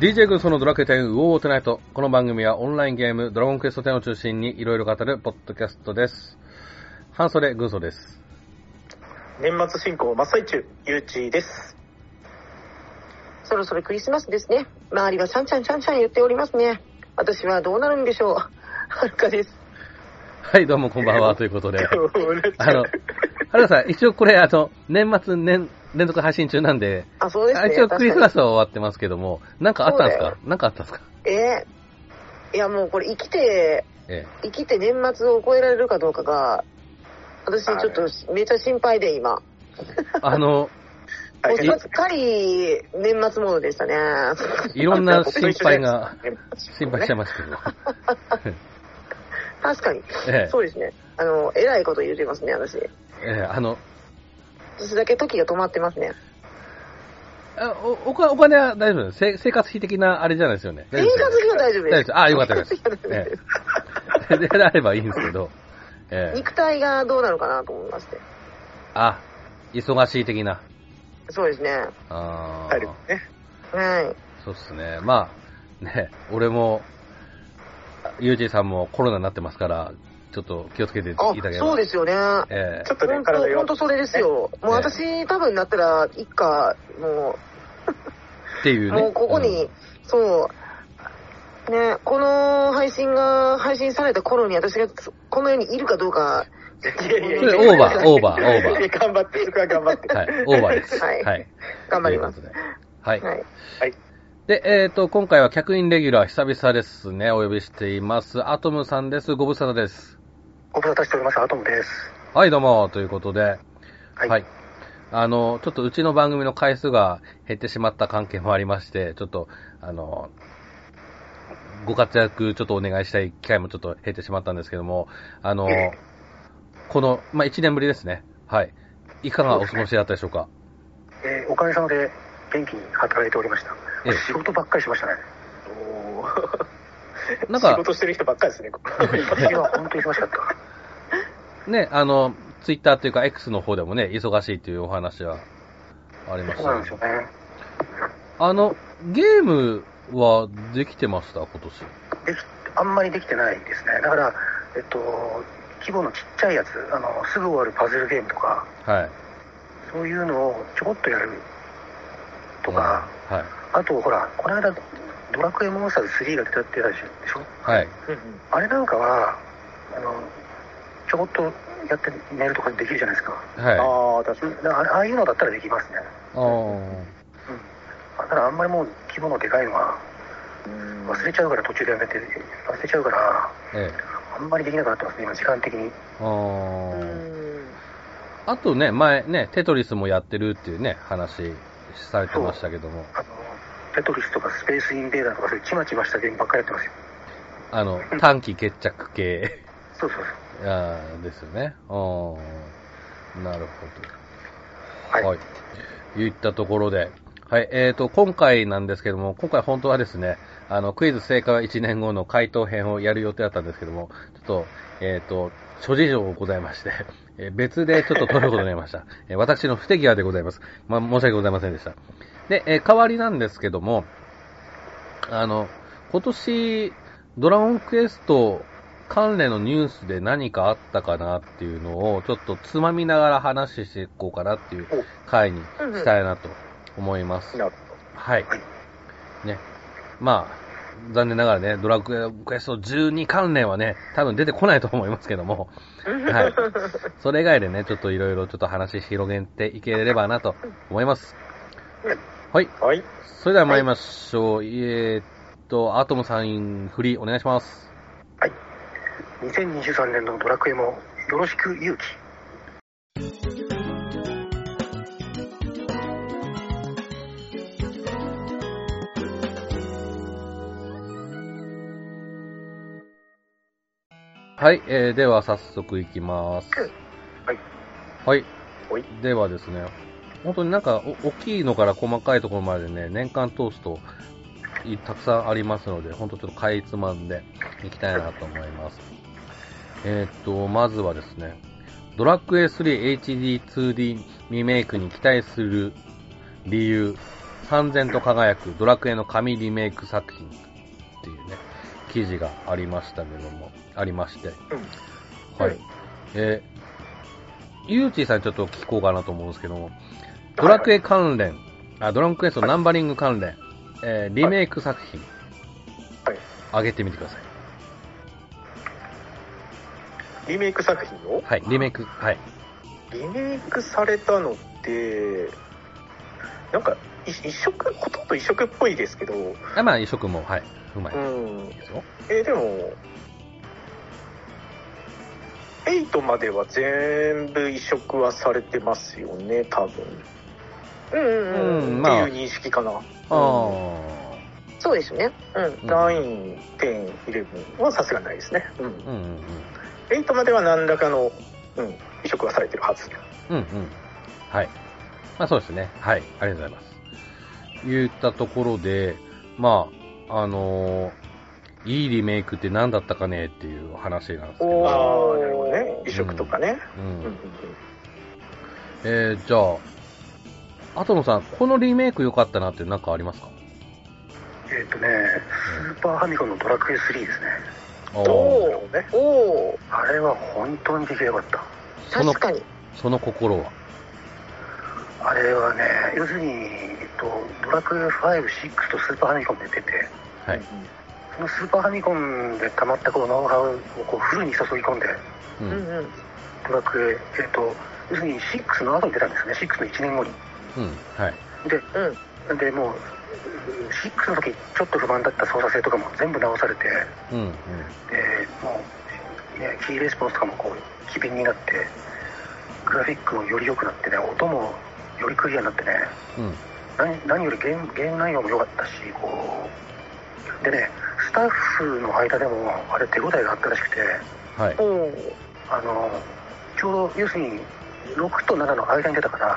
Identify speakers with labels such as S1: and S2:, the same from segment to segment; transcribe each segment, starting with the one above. S1: DJ 軍曹のドラクエ10ウォーテナイト。この番組はオンラインゲーム、ドラゴンクエスト10を中心にいろいろ語るポッドキャストです。半袖軍曹です。
S2: 年末進行真っ最中、ゆうちです。
S3: そろそろクリスマスですね。周りはちゃんちゃんちゃんちゃん言っておりますね。私はどうなるんでしょう。はるかです。
S1: はい、どうもこんばんは、ということ で。あ
S2: あ
S1: の、原田さん、一応これ、あの、年末年、連続配信中なんで、
S3: あ、そうです
S1: あ
S3: ね。
S1: 一応クリス
S3: 確か
S1: マスは終わってますけども、なんかあったんです
S3: そう
S1: かなんかあったんですか
S3: にえーいやもうこれ生きて、
S1: え
S3: 生きて年末を超えられるかどうかが、私ちょっとめちゃ心配で今。
S1: え。あの、
S3: もう
S2: い
S3: すっかり年末モードでしたね。
S1: いろん な心配が、心配しちゃい
S2: ま
S1: ますけど。
S3: 確かに。
S1: え
S3: そうですね。あの、えらいこと言うてますね、私。
S1: え、ええ、あの、
S3: 私だけ時が止まってますね。
S1: あおお金お金は大丈夫です。せ生活費的なあれじゃないですよね。
S3: 生活費は大丈
S1: 大丈夫
S3: 夫
S1: で
S3: ですす。
S1: あよかったです
S3: 生 活費は大丈夫です
S1: す。 であればいいんですけど。ええ
S3: 肉体がどうなのかなと思いまして。
S1: あ、忙しい的な。
S3: そうですね。
S1: あ
S2: す
S1: ー
S2: ね。
S3: はい。
S1: そうっすね。まあ、ね、俺も、ゆうじいさんもコロナになってますから、ちょっと気をつけていただ
S3: あ
S1: ければ。、
S3: そうですよね。
S1: え
S2: ちょっとね
S3: 本、当
S2: 体
S3: 本
S2: 弱
S3: 当それですよ。もう私、多分なったら、一家、も、
S1: えっていううね。
S3: もうここ
S1: う
S3: に
S1: ん、
S3: そう、ね、この配信が、配信された頃に私がこの世にいるかどうか、
S2: いやいや
S1: それオーバ ー、オーバー、オーバ
S2: いや 頑張って、そこは頑張って。
S1: ー。はい、オーバーです。
S3: はい
S1: はい。
S3: 頑張りま
S1: と。
S3: す
S1: いうことで。はい。
S3: はい。
S1: で、えっ、と、今回は客員レギュラー久々ですね、お呼びしています。アトムさんです。ご無沙汰です。
S2: ご無沙汰しております、アトムです。
S1: はい、どうも、ということで。
S2: はい。
S1: あの、ちょっとうちの番組の回数が減ってしまった関係もありまして、ちょっと、あの、ご活躍ちょっとお願いしたい機会もちょっと減ってしまったんですけども、あの
S2: ええ、
S1: この、まあ、1年ぶりですね。はい。いかがお過ごしだったでしょうか
S4: えーおかげさまで元気に働いておりました
S1: ええ。
S4: 仕事ばっかりしましたね。
S2: おー
S1: なん
S2: 仕
S1: か、
S2: 事してる人ばっかりですね、ここ
S4: 私は本当に忙しかった。
S1: ね、あの、ツイッターというか X の方でもね、忙しいというお話はありまし
S4: そうなん
S1: た
S4: です
S1: け
S4: よ
S1: ど。
S4: ね。
S1: あの、ゲームはできてました、今年。
S4: できあんまりできてないですね。だから、えっと、規模のちっちゃいやつ、あの、すぐ終わるパズルゲームとか、
S1: はい。
S4: そういうのをちょこっとやるとか、
S1: うんはい。
S4: あと、ほら、この間、ドラクエモンスターズ3が出たってたでしょ
S1: はい。
S4: あれなんかは、あの、ちょこっとやって寝るとかできるじゃないですか。
S1: はい。あ
S2: ああ、確かに。
S4: だからああいうのだったらできますね。
S1: ー
S4: ただあんまりもう規模のでかいのは忘れちゃうから途中でやめて忘れちゃうから
S1: ええ。
S4: あんまりできなくなってますね今時間的に
S1: あ
S3: う
S1: ー
S3: ん。
S1: あとね、前ね、テトリスもやってるっていうね、話されてましたけども、
S4: あのテトリスとかスペースインベーダーとかそういうちまちましたゲームばっかりやってますよ
S1: あの、短期決着系
S4: そうそうそう
S1: あーですよね。あーなるほ
S4: は
S1: ど。は
S4: い、
S1: い。言ったところで、はい、えーと、今回なんですけども、今回本当はですね、あの、クイズ正解は1年後の回答編をやる予定だったんですけども、ちょっと、えーと、諸事情ございまして、 えー別でちょっと取ることになりました。 えー私の不手際でございます。まあ、申し訳ございませんでした。で、えー代わりなんですけども、あの、今年、ドラゴンクエスト関連のニュースで何かあったかなっていうのを、ちょっとつまみながら話していこうかなっていう回にしたいなと思います。
S2: なる
S1: はい
S4: はい。
S1: ね。まあ、残念ながらね、ドラクエクエスト12関連はね、多分出てこないと思いますけども、はい。それ以外でね、ちょっといろいろちょっと話広げていければなと思います。はい。
S2: ほどはい。
S1: それでは参りましょう。えーっと、アトムさん、フリーお願いします。
S4: 2023年のドラクエもよろしく勇気
S1: はい、えー、では早速いきます。
S4: はい。
S1: はい。
S2: はい
S1: ではですね、本当になんかお大きいのから細かいところまでね、年間通すといたくさんありますので、本当ちょっとかいつまんでいきたいなと思います。えーっと、まずはですね、ドラクエ 3HD2D リメイクに期待する理由三千と輝くドラクエの神リメイク作品っていうね、記事がありましたけども、ありまして。は
S3: はい
S1: い。えー、ゆうちーさんにちょっと聞こうかなと思うんですけども、ドラクエ関連、あ、ドラクエストナンバリング関連、えーリメイク作品、
S2: はい。
S1: あげてみてください。
S2: リメイク作品を
S1: はい、リメイク、はい。
S2: リメイクされたのって、なんか、い一色、ほとんど一色っぽいですけど、う
S1: あまあ、移植も、はい、うまい
S2: ん。
S1: ですよ。
S2: えーでも、8までは全部移植はされてますよね、多分。
S3: うんうんうん、
S1: う
S3: うんん、
S1: まあ
S2: っていう認識かな。
S1: あ
S3: そうですね。うん。
S1: あ。うん
S2: 9、10、11はさすがにないですね。うん
S1: うんうん。
S2: 8までは何らかの、うん、移植はされてるはず。
S1: うんうん。はい。まあそうですね。はい。ありがとうございます。言ったところで、まあ、あのーいいリメイクって何だったかねっていう話なんですけ
S3: お
S2: あ
S3: ー
S1: ど。
S2: あ、なるほどね。移植とかね。
S1: う。
S2: うんうんうんん
S1: えー、じゃあ、アトムさん、このリメイク良かったなって何かありますか
S4: えっ、とね、スーパーファミコンのドラクエ3ですね。
S1: お
S3: お
S1: ー
S3: ーおお
S4: あれは本当に出来が良かった。
S1: その
S3: 確、かに。
S1: その心は。
S4: あれはね、要するに、えっと、ドラクエ5、6とスーパーファミコンで出てて、
S1: はい。
S4: そのスーパーファミコンで溜まったこうノウハウをこうフルに注ぎ込んで、
S1: う
S3: うん
S1: ん。
S3: うん。
S4: ドラクエ、えっと、要するに6の後に出たんですね、6の1年後に。
S1: うん。はい。
S4: で、
S3: うん。
S4: でもう、6の時ちょっと不満だった操作性とかも全部直されて、
S1: うん。うん。
S4: でもう、ね、キーレスポンスとかもこう機敏になって、グラフィックもより良くなってね、音もよりクリアになってね、
S1: うん。
S4: 何何よりゲームゲーム内容も良かったし、こう、でね、スタッフの間でも、あれ、手応えがあったらしくて、
S1: はい。
S3: おお。
S4: あのちょうど要するに、6と7の間に出たから、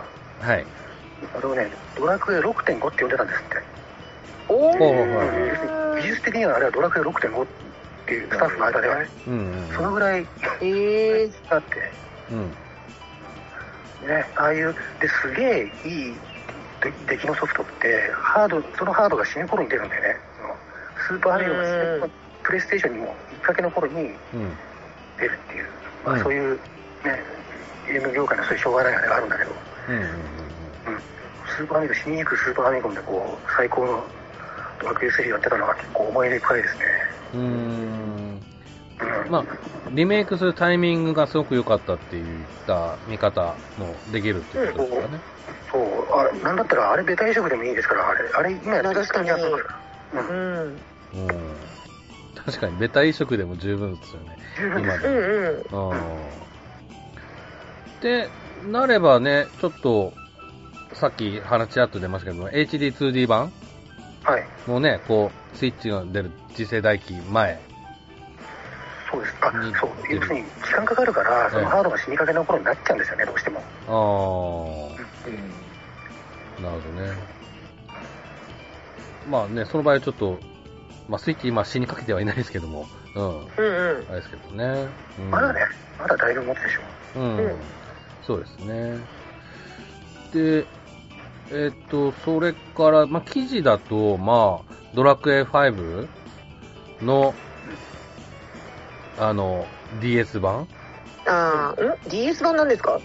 S1: はい。
S4: あれをね、ドラクエ6.5って呼んでたんですって、
S3: お
S1: ほうほう
S4: うん要するに技術的にはあれはドラクエ6.5っていうスタッフの間では、ね、
S1: うん。うん
S4: そのぐらい
S3: ええ
S4: あって、
S1: うん。
S4: ね、ああいう、ですげえいいで出来のソフトってハード、そのハードが死ぬ頃に出るんだよね、そのスーパーハリオが死ぬ
S3: うん
S4: プレイステーションにもきっかけの頃に
S1: うん。
S4: 出るっていう、ま
S1: うん
S4: あ、そういう、ね、ゲーム業界のそういうしょうがないあれがあるんだけど、
S1: うん。うん。
S4: スーパーファミコン、死にゆくスーパーファミコンでこう最高のドラクエ3やってたのが結構思い出深いですね。
S1: うん。うーん。
S4: うん
S1: まあ、リメイクするタイミングがすごく良かったっていった見方もできるっていうことですかね。
S4: そうあれなんだったらあれベタ移植でもいいですからあれあれ今やってる感じがするから、う、
S3: うんん。
S1: うん。確かに、ベタ移植でも十分ですよね。
S4: 十分で
S1: 今
S4: す
S1: で
S3: う
S1: も。
S3: んうん。
S1: うん。で、なればね、ちょっと、さっき話ちらっと出ましたけども、HD2D 版
S4: はい
S1: もね、こう、スイッチが出る次世代機前。
S4: そうですあ
S1: うん
S4: そう要するに時間かかるからそ
S1: うん
S4: のハードが死にかけの頃になっちゃうんですよねどうしても
S1: あー。
S2: うん
S1: なるほどね。まあね、その場合はちょっと、まあスイッチ今死にかけてはいないですけども、うん。
S3: うんうん。
S1: あれですけどね。うん、
S4: まだねまだだいぶ持つでしょ
S1: うん。
S3: うん
S1: そうですね。で、えっと、それから、まあ記事だと、まあドラクエ5の、あの、DS 版
S3: ああ、ん ?DS 版なんですか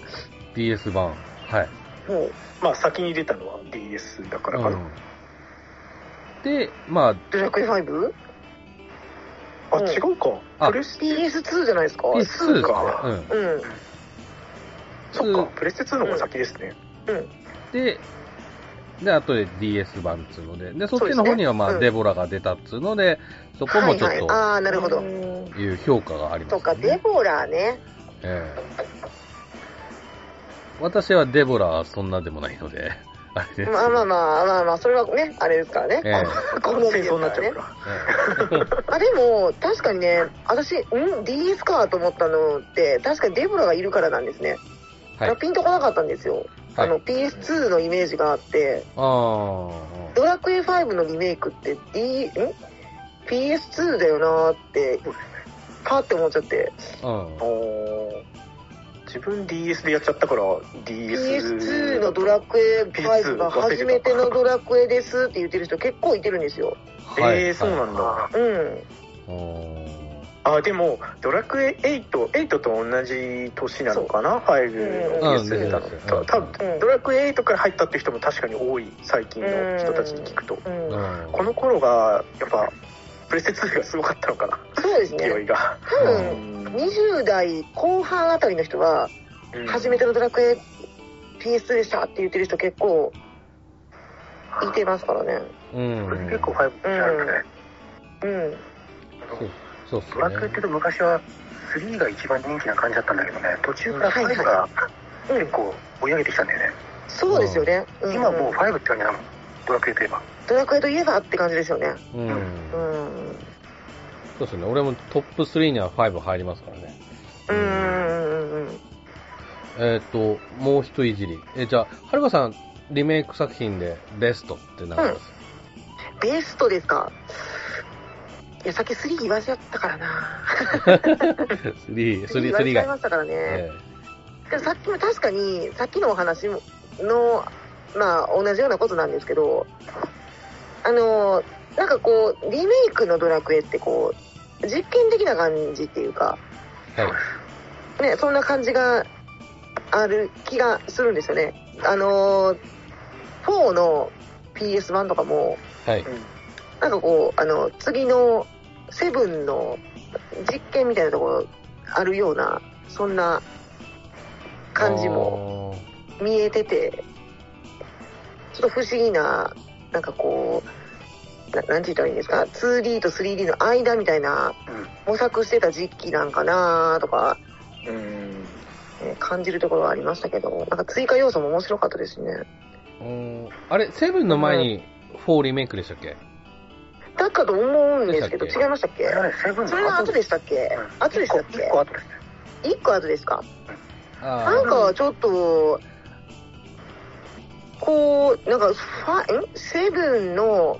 S1: ?DS 版。はい。
S3: もう、
S2: まあ先に出たのは DS だからか
S1: う
S2: な。
S1: ん、で、まあ、
S3: ドラクエ 5?
S2: あ、
S3: うん
S2: 違うか。
S1: あ
S2: プレステ、
S3: PS2 じゃないですか
S1: PS2 ですね
S2: か。
S1: うん。
S3: うん。
S2: そっか、プレステ2の方が先ですね。
S3: うん。
S1: で、で、あとで DS 版っつうので、で、そっち
S3: そ
S1: の
S3: うです
S1: 方
S3: ね
S1: にはまあ、
S3: うん
S1: デボラが出たっつうので、そこもちょ
S3: はい
S1: っ
S3: はい、ああ、なるほど。
S1: という評価があります、
S3: とか、デボラーね。
S1: ええ私はデボラはそんなでもないので、あれです。
S3: まあまあまあまあまあ、それはね、あれですからね。
S1: え え
S3: 好み
S2: 戦
S3: です
S2: 争に
S3: か
S2: なっち
S3: ら
S2: ゃう
S3: ね。
S2: から。
S3: あ、でも、確かにね、私、ん ?DS かと思ったのって、確かにデボラがいるからなんですね。
S1: はい。
S3: ピンとこなかったんですよ。
S1: は
S3: あ
S1: い
S3: の、PS2 のイメージがあって、
S1: あー
S3: ドラクエ5のリメイクって、D、ん ?PS2 だよなーって、かーって思っちゃって。
S1: うん
S2: おー自分 DS でやっちゃったから DS
S3: PS2 のドラクエ5が初めてのドラクエですって言ってる人結構いてるんですよ。
S1: はい
S2: えー、そうなんだ
S3: うん。
S1: お
S2: あでもドラクエ8 8と同じ年なのかな5の
S1: うん
S2: DS 出たの
S1: うん
S2: た多分、
S3: うん
S2: ドラクエ8から入ったって人も確かに多い最近の人たちに聞くと、
S3: うん
S1: ー
S2: この頃がやっぱプレステ2がすごかったのかな
S3: そうです
S2: 勢
S3: ね。
S2: いが、
S3: 多
S1: う
S3: 分、20代後半あたりの人は、
S2: うん
S3: 初めてのドラクエ PS2 でしたって言ってる人結構いてますからね。
S1: うん
S4: これ結構5ってあるんですね、
S3: うん。
S1: そうっす
S4: ドラクエっ
S1: ね
S4: て言うと昔は3が一番人気な感じだったんだけどね途中から5が
S3: う
S4: 結
S3: ん。
S4: 構追い上げてきたんだよね、
S3: そうですよね。ん
S4: 今もう5って感じなのドラクエといえば
S3: ドラクエといえばって感じですよね。
S1: うん
S3: うん。
S1: そうっすね俺もトップ3には5入りますからね
S3: うんうんうんうん。
S1: えっ、ともう一いじりえじゃあはるかさんリメイク作品でベストって何です
S3: ベストですかいや、さっき3言わせちゃったからな。
S1: か、 スリースリー
S3: 言
S1: ス
S3: わせ
S1: リー
S3: ちゃ
S1: が
S3: いましたからね。
S1: え
S3: でもさっきも確かに、さっきのお話もの、まあ、同じようなことなんですけど、あの、なんかこう、リメイクのドラクエってこう、実験的な感じっていうか、
S1: えはい
S3: ね、そんな感じがある気がするんですよね。あの、4の PS 版とかも、
S1: はい
S3: なんかこう、あの、次のセブンの実験みたいなところあるような、そんな感じも
S1: も
S3: 見えてて、ちょっと不思議な、なんかこう、ななんて言ったらいいんですか、2D と 3D の間みたいな
S4: うん
S3: 模索してた時期なんかなとか、
S2: うん
S3: えー感じるところはありましたけど、なんか追加要素も面白かったですね。
S1: うんあれセブンの前に4リメイクでしたっけ
S3: だったと思うんですけど、
S1: でしたっけ
S3: 違いましたっけ
S4: あれはねセブン
S3: それは
S4: の
S3: 後でしたっけ
S4: うん
S3: 後でしたっ
S4: 一個一
S3: け
S4: 個後ですね
S3: ?1 個後ですか
S1: あ
S3: なん
S1: ー
S3: かはちょっと、こう、なんかファ、んセブンの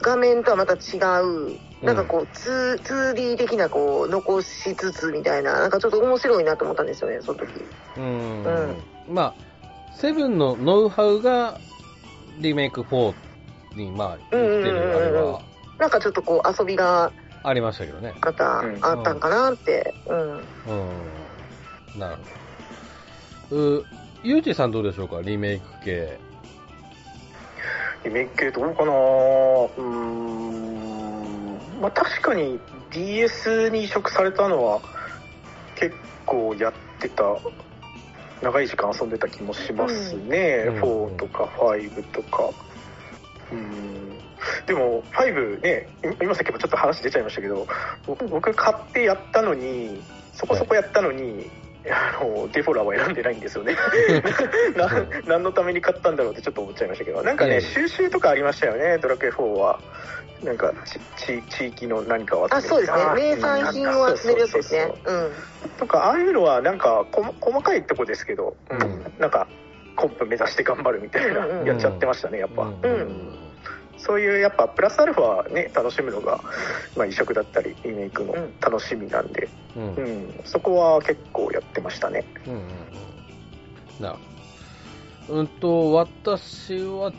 S3: 画面とはまた違う、なんかこう、ツー 2D 的なこう、残しつつみたいな、なんかちょっと面白いなと思ったんですよね、その時。
S1: うん、
S3: う
S1: まあセブンのノウハウがリメイク4にまあ生きてるあれ
S3: うんうんうんうん
S1: は
S3: なんかちょっとこう、遊びが
S1: ありましたけどね
S3: また
S2: うん
S3: あったんかなって。うん。
S1: うんなるほどうゆうちさんどうでしょうかリメイク系
S2: リメイク系どうかなうーんまあ確かに DS に移植されたのは結構やってた長い時間遊んでた気もしますね、
S1: うん
S2: 4とか5とかうんでも5ね今今さっきもちょっと話出ちゃいましたけど僕僕買ってやったのにそこそこやったのに、あのデフォラーは選んでないんです よねな何のために買ったんだろうってちょっと思っちゃいましたけどなんか
S1: いや
S2: ね
S1: いや
S2: 収集とかありましたよねドラクエ4はなんかちち地域の何かを集め
S3: あ、
S2: て
S3: そうですね
S2: あ。ー
S3: 名産品を集めるやつです
S2: そう
S3: ね
S2: そうそう。
S3: うん。
S2: そうとかああいうのはなんかこ細かいとこですけど、
S1: うん
S2: なんかコップ目指して頑張るみたいな
S3: うんうん
S2: やっちゃってましたねやっぱ、
S1: うん
S3: うん
S2: そういうやっぱプラスアルファね楽しむのが、まあ、移植だったりリメイクの
S3: うん
S2: 楽しみなんで、
S1: うんうん
S2: う
S1: うん
S2: ん、そこは結構やってましたね
S1: うんなるほどうんと私は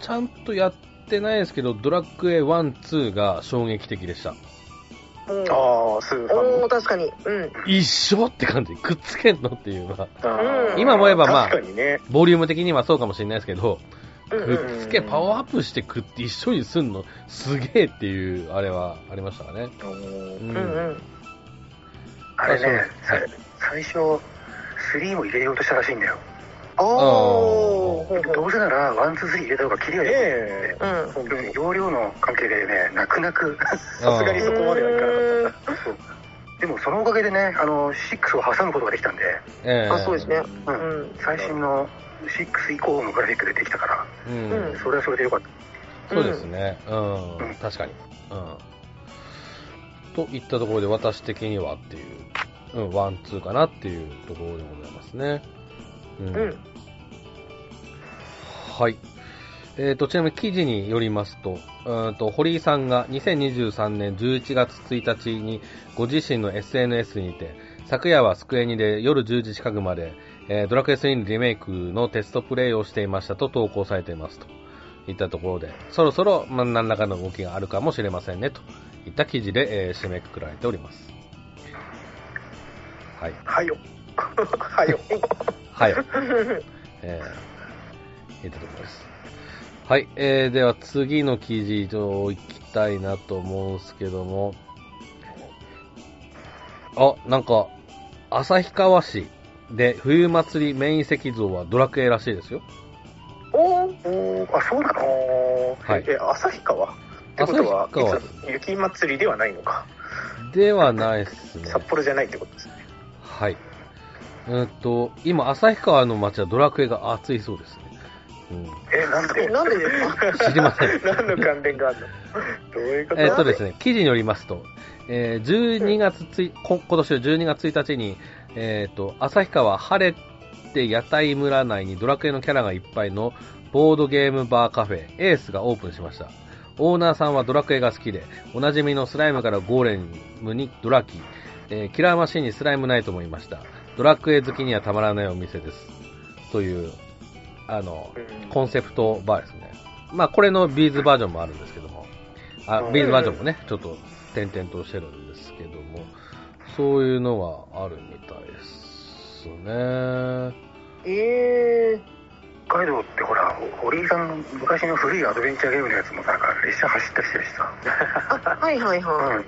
S1: ちゃんとやってないですけどドラクエ12が衝撃的でした
S3: うん
S2: ああスーファ
S3: お
S2: ン
S3: ー、確かに。うん。
S1: 一緒って感じくっつけんのっていうのは
S2: あー
S1: 今思えばまあ
S2: 確かにね
S1: ボリューム的にはそうかもしれないですけど、
S3: うん
S1: く
S3: う
S1: っ
S3: ん。
S1: つけ、パワーアップしてくって一緒にすんの、すげえっていう、あれはありましたかね。
S2: うん
S3: うんうん。
S4: あれ
S1: あ
S4: ね
S1: そうはい
S4: さ最初3も入れようとしたらしいんだよ
S3: あー。
S1: ほ
S3: ほ
S1: う
S3: う
S4: ど
S3: ほ
S4: うせならワンツースリー入れた方が切りが
S2: ね
S4: よく
S2: え
S3: う。うん。
S2: 本当に
S4: 容量の関係でね泣く泣く
S1: さ
S2: すがにそこまではいかなかっ
S4: そうでもそのおかげでねあの6を挟むことができたんで
S1: え
S3: あそうですね
S2: た
S4: う
S3: うんん。
S4: 最新の6以降のグラフィックでできたから
S1: うん
S3: うん
S4: それはそれでよかった
S1: そうですね。うん
S4: うん。
S1: 確かに。うん。といったところで、私的にはっていう、うん、ワン、ツーかなっていうところでございますね。う
S3: うん。
S1: ん。はい。えー、と、ちなみに記事によりますと、うーんと、堀井さんが2023年11月1日にご自身の SNS にて、昨夜はスクエニで夜10時近くまで、えードラクエ3リメイクのテストプレイをしていましたと投稿されていますといったところで、そろそろ、まあ、何らかの動きがあるかもしれませんねといった記事で、えー締めくくられております。はい。
S2: はよ。 はよ。
S1: はい。えー、いったところです。はい、えー、では次の記事を行きたいなと思うんですけども、あ、なんか、旭川市で冬祭りメイン石像はドラクエらしいですよ。
S3: おー
S4: おーあ、そうなの
S2: おー
S1: はい
S2: え、旭川ってことは、
S1: 旭川
S2: いつ雪祭りではないのか。
S1: ではないっすね。
S2: 札幌じゃないってこと ですね。
S1: はい。うんと、今、旭川の街はドラクエが熱いそうですね。うん、
S4: え、なんで
S3: えなんでですか
S1: 知りません。
S2: 何の関連があるの どういうこと
S1: えっとですね、記事によりますと、えー12月つい、こ今年の12月1日に、えっ、と、旭川晴れて屋台村内にドラクエのキャラがいっぱいのボードゲームバーカフェ、エースがオープンしました。オーナーさんはドラクエが好きで、おなじみのスライムからゴーレムにドラキー、えーキラーマシンにスライムないと思いました。ドラクエ好きにはたまらないお店です。という、あの、
S2: うん
S1: コンセプトバーですね。まあ、これのビーズバージョンもあるんですけども、あ
S2: うん
S1: ビーズバージョンもね、ちょっと点々としてるんですけども、そういうのがあるみたいですね。
S3: え
S4: 北海道ってほら、堀井さんの昔の古いアドベンチャーゲームのやつもなんか列車走ったりしてるしさ。
S3: ー、あはいはいは
S4: うん。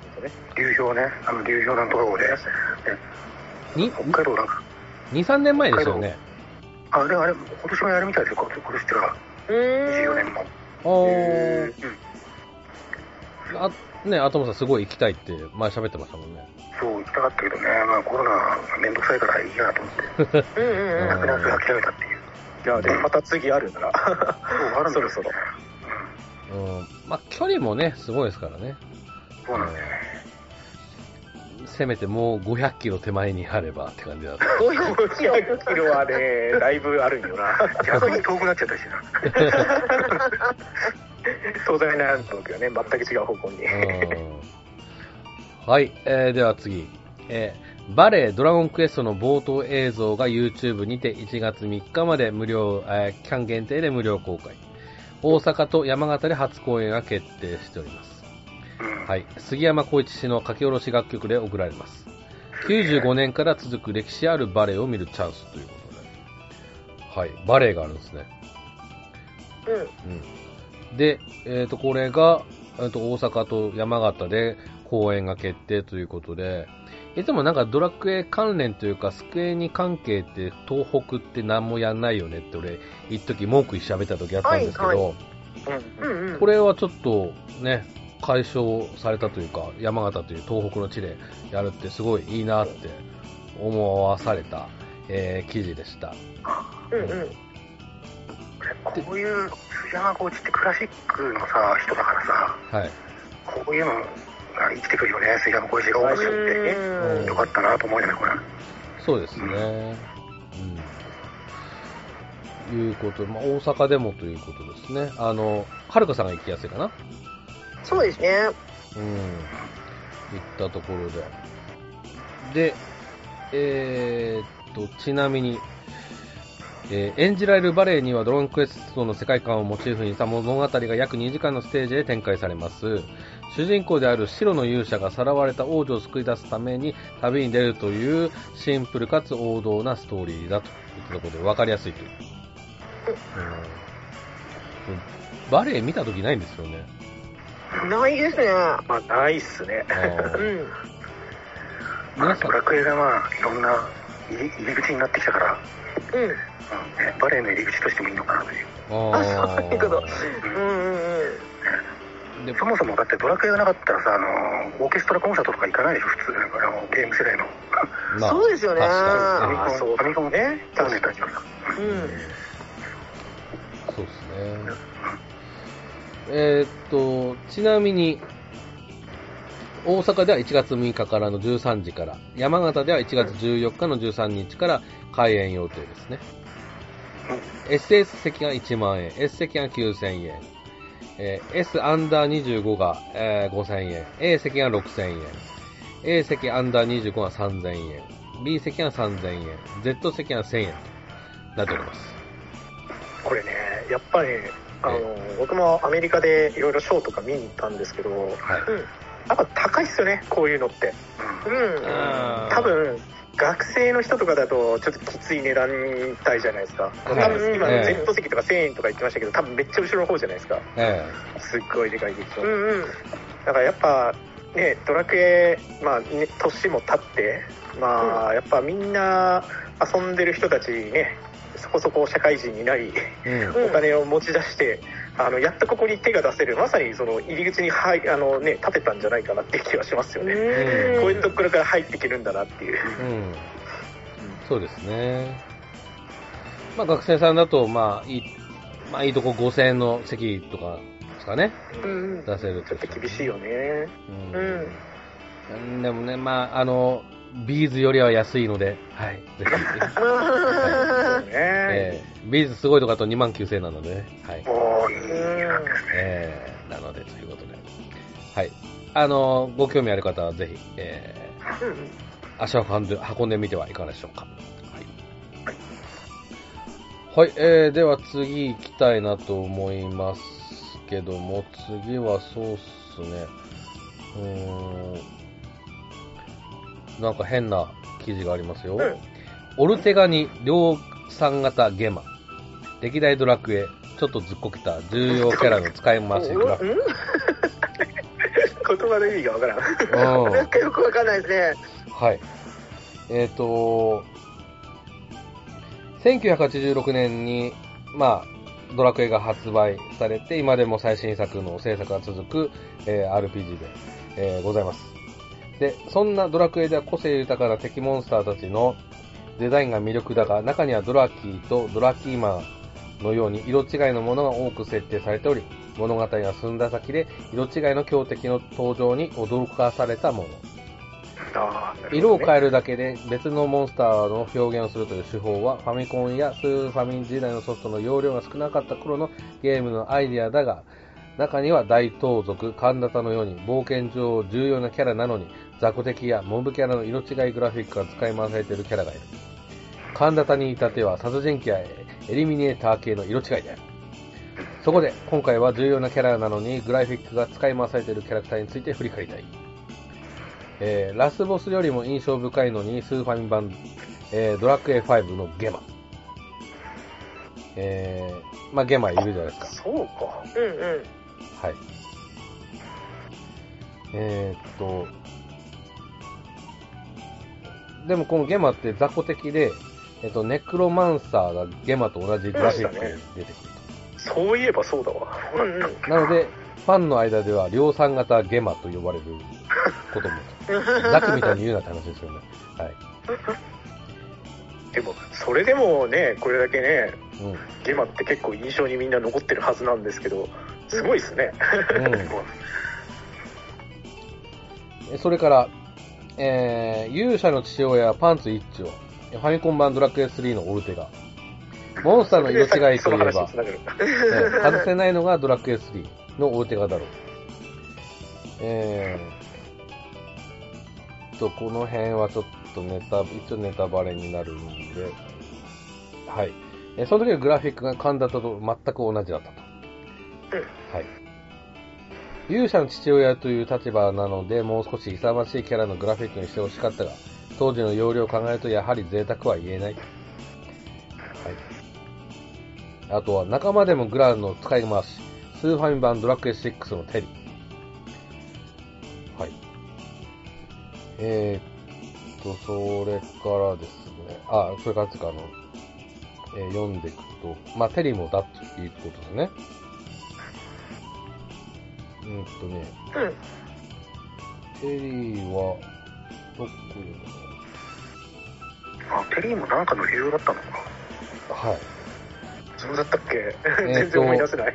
S4: 流氷ね。あの流氷なんとか号で。
S1: に、
S4: 北海道なんか、
S1: 2、3年前ですよね。
S4: あれ、あれ、今年もやるみたいですよ。今年ってか、
S3: い。うー
S4: 24
S3: ん。
S4: 年も。
S1: お
S2: へ
S1: ー
S2: ー。
S1: あ、ね、アトムさんすごい行きたいって前喋ってましたもんね。
S4: そう、行きたかったけどね。まあコロナがめんどくさいからいいやと思って、
S3: うんうん
S1: う
S3: うんん。
S4: なくなく諦めたっていう。
S2: じゃあ、でもまた次あるなら。
S4: そう、あるんだ
S2: そ
S4: よ
S2: ろそろ。
S1: うん。まあ、距離もね、すごいですからね。
S4: そうなんだよね。
S1: せめてもう500キロ手前にあればって感じだった。
S3: 500キロ。
S2: 500キロはね、だいぶあるんよな。
S4: 逆に遠くなっちゃったしな。
S2: 東西南北よね、全く違う方向に。
S1: うんはい、えーでは次、えーバレエドラゴンクエストの冒頭映像が YouTube にて1月3日まで無料、えー期間限定で無料公開。大阪と山形で初公演が決定しております。
S4: うん。
S1: はい、杉山浩一氏の書き下ろし楽曲で贈られます。95年から続く歴史あるバレエを見るチャンスということで。はい、バレエがあるんですね。
S3: うん。
S1: うん、で、えー、とこれが、えー、と大阪と山形で公演が決定ということで、いつもなんかドラクエ関連というか、スクエニ関係って東北って何もやんないよねって俺、一時文句喋った時あったんですけど、
S3: はいは
S2: う
S3: うんんうん。
S1: これはちょっとね、解消されたというか、山形という東北の地でやるってすごいいいなって思わされた、えー記事でした。
S3: うんうん。
S4: こういう、杉山コーチってクラシックのさ、人だからさ、
S1: はい。
S4: こういうのが生きてくるよね。杉山コーチが音楽やってね。
S1: ん
S3: う
S4: よかったなと思うよね、これ。
S1: そうですね。うん。いうこと、まあ、大阪でもということですね。あの、はるかさんが行きやすいかな。
S3: ん。そうですね。
S1: うん。行ったところで。で、えーっと、ちなみに、えー演じられるバレエにはドローンクエストの世界観をモチーフにした物語が約2時間のステージで展開されます。主人公である白の勇者がさらわれた王女を救い出すために旅に出るというシンプルかつ王道なストーリーだといったところで分かりやすいという。うんバレエ見た時ないんですよね。
S3: ないですね。
S2: まあ、ないっすね。
S1: あー
S3: うん。
S4: ま
S1: 皆
S4: あ
S1: さ
S4: ド
S1: ん、
S4: ラクエがまあ、いろんな入り入り口になってきたから、
S3: うん。
S4: うんねバレエの入り口としてもいいのかなという。
S1: あ
S3: あそういうこと
S4: うん
S3: うんうんうん。
S1: で
S4: そもそもだってドラクエがなかったらさ、あの、オーケストラコンサートとか行かないでしょ、普通。なんかあのゲーム世代の。
S1: まあ
S3: そうですよね。
S1: 確
S4: フ
S1: か
S4: ァミ
S2: あー
S4: コ
S2: そう
S4: ン、ファミコンね、
S2: 確
S4: 確
S2: か
S4: か
S2: に
S4: に確かに。
S3: うん。
S1: そうですね。えーっと、ちなみに、大阪では1月6日からの13時から、山形では1月14日の13日から開園予定ですね。SS 席が1万円、S 席が9000円、えー S アンダー25が、えー5000円、A 席が6000円、A 席アンダー25が3000円、 B 席が3000円、Z 席が1000円となっております。
S2: これねやっぱりあの、僕もアメリカでいろいろショーとか見に行ったんですけど
S1: はい。
S2: やっぱ高いっすよねこういうのって
S1: あー
S2: 多分学生の人とかだとちょっときつい値段帯じゃないですか多分今
S1: ええ
S2: Z 席とか1000円とか言ってましたけど多分めっちゃ後ろの方じゃないですか
S1: え
S2: すっごいでかい劇場
S3: うんうん
S2: だからやっぱねドラクエまあ、ね、年も経ってまあ、やっぱみんな遊んでる人たちねそこそこ社会人になり
S1: えうん。
S2: お金を持ち出してあのやっとここに手が出せるまさにその入り口にはいあの、ね、立てたんじゃないかなっていう気はしますよね、
S1: うん
S2: こういうところから入っていけるんだなっていう、
S1: うん。そうですね。まあ、学生さんだと、まあ、いい、まあ、いいとこ5000円の席とかですかね。
S3: うんうん
S1: 出せる
S2: ちょっと厳しいよね
S1: うん。うん。でもね、まあ、あの、ビーズよりは安いので、はい。ぜひ。
S2: そうね、
S1: えービーズすごいとかだと2万9000円なのでね。はい。
S4: おーいい額ですね。
S1: えーなので、ということで。はい。あの、ご興味ある方はぜひ、えー足を運んで運んでみてはいかがでしょうか。はい。はい、えー、では次行きたいなと思いますけども、次はそうっすね。うーん。なんか変な記事がありますよ。オルテガに量産型ゲマ。歴代ドラクエ、ちょっとずっこけた重要キャラの使い回しグラ フ。
S2: 言葉の意味がわからん
S1: うん
S3: なんかよくわかんないですね。
S1: はい。えっ、と、1986年に、まあ、ドラクエが発売されて、今でも最新作の制作が続く、えー RPG で、えーございます。で、そんなドラクエでは個性豊かな敵モンスターたちのデザインが魅力だが、中にはドラキーとドラキーマンのように色違いのものが多く設定されており、物語が進んだ先で色違いの強敵の登場に驚かされたもの。
S2: あー
S1: 色を変えるだけで別のモンスターの表現をするという手法はファミコンやスーファミ時代のソフトの容量が少なかった頃のゲームのアイデアだが中には大盗賊、神田のように冒険上重要なキャラなのに雑魚敵やモブキャラの色違いグラフィックが使い回されているキャラがいる神田に至っては殺人鬼やエリミネーター系の色違いであるそこで今回は重要なキャラなのにグラフィックが使い回されているキャラクターについて振り返りたいえーラスボスよりも印象深いのにスーファミ版、えードラクエ5のゲマ。えー、まあゲマいるじゃないですか。
S2: そうか
S3: うんうん。
S1: はい。えーっと、でもこのゲマって雑魚的で、えっと、ネクロマンサーがゲマと同じグラフィックで出てくる
S2: そういえばそうだわ
S3: うんうん。
S1: と。なので、ファンの間では量産型ゲマと呼ばれることも、 ザクみたいに言うなって話ですよね。はい。
S2: でもそれでもねこれだけね
S1: うん。う
S2: ゲマって結構印象にみんな残ってるはずなんですけどすごいですね
S1: ん。えそれから、えー、勇者の父親はパンツ一丁。ファミコン版ドラクエ3のオルテガ。モンスターの色違いと
S2: そ
S1: いえ
S2: の
S1: ば、
S2: 話につながる
S1: えー外せないのがドラクエ3のオルテガだろう。えー、と、この辺はちょっとネタ、一応ネタバレになるんで、はい。えーその時のグラフィックが神田と全く同じだったと。はい。勇者の父親という立場なので、もう少し勇ましいキャラのグラフィックにしてほしかったが、当時の容量を考えるとやはり贅沢は言えない。はい。あとは、仲間でもグランの使い回し、スーファミ版ドラクエ6のテリ。はい。えー、っと、それからですね、あ、それからっていうか、あの、えー読んでいくと、まあ、テリもだっていうことですね。うんとね、
S3: うん
S1: テリーは、どこ
S4: あ、ペリーもなんかの理由だったのか。
S1: だはい。
S2: そうだったっけ
S1: と
S2: 全然思い出せない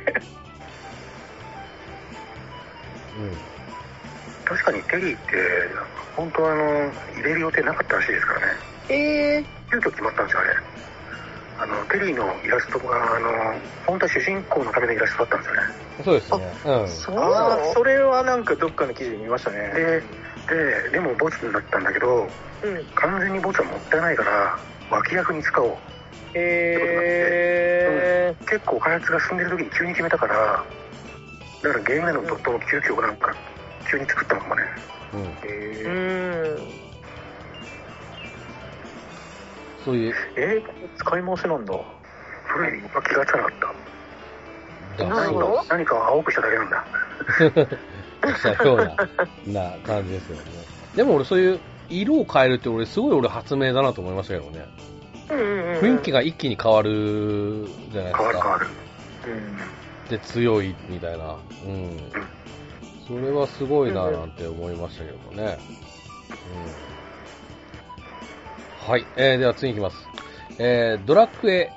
S1: うん。
S4: 確かにペリーって、本当はあの、入れる予定なかったらしいですからね。
S3: ええ
S4: 急遽決まったんですよ、あれ。あの、ペリーのイラストが、あの、本当は主人公のためのイラストだったんですよね。
S1: そうですね。うん。
S3: そうな
S2: ああ
S3: の
S2: それはなんかどっかの記事で見ましたね
S4: で、ででもボツになったんだけど
S3: うん。
S4: 完全にボツはもったいないから脇役に使おう
S3: へ
S4: 結構開発が進んでる時に急に決めたからだからゲーム内のドットの急遽なんか急に作ったのかもね
S1: うん。
S3: ー。うん。
S1: そういう、
S2: えー、使い回しなんだ。
S4: それには気がつかなかった
S1: だ
S3: なる
S4: 何
S3: ほ
S4: か
S3: ど
S4: を何かを青くしただけなんだ
S1: さひょうな、な感じですよね。でも俺そういう、色を変えるって俺すごい俺発明だなと思いましたけどね。
S3: うんうんうん。
S1: 雰囲気が一気に変わるじゃないです
S4: 変わる変わ
S1: か。
S4: る
S2: うん。
S1: で、強いみたいな。うん。それはすごいななんて思いましたけどもね。うん。はい。えー、では次行きます。えー、ドラクエ、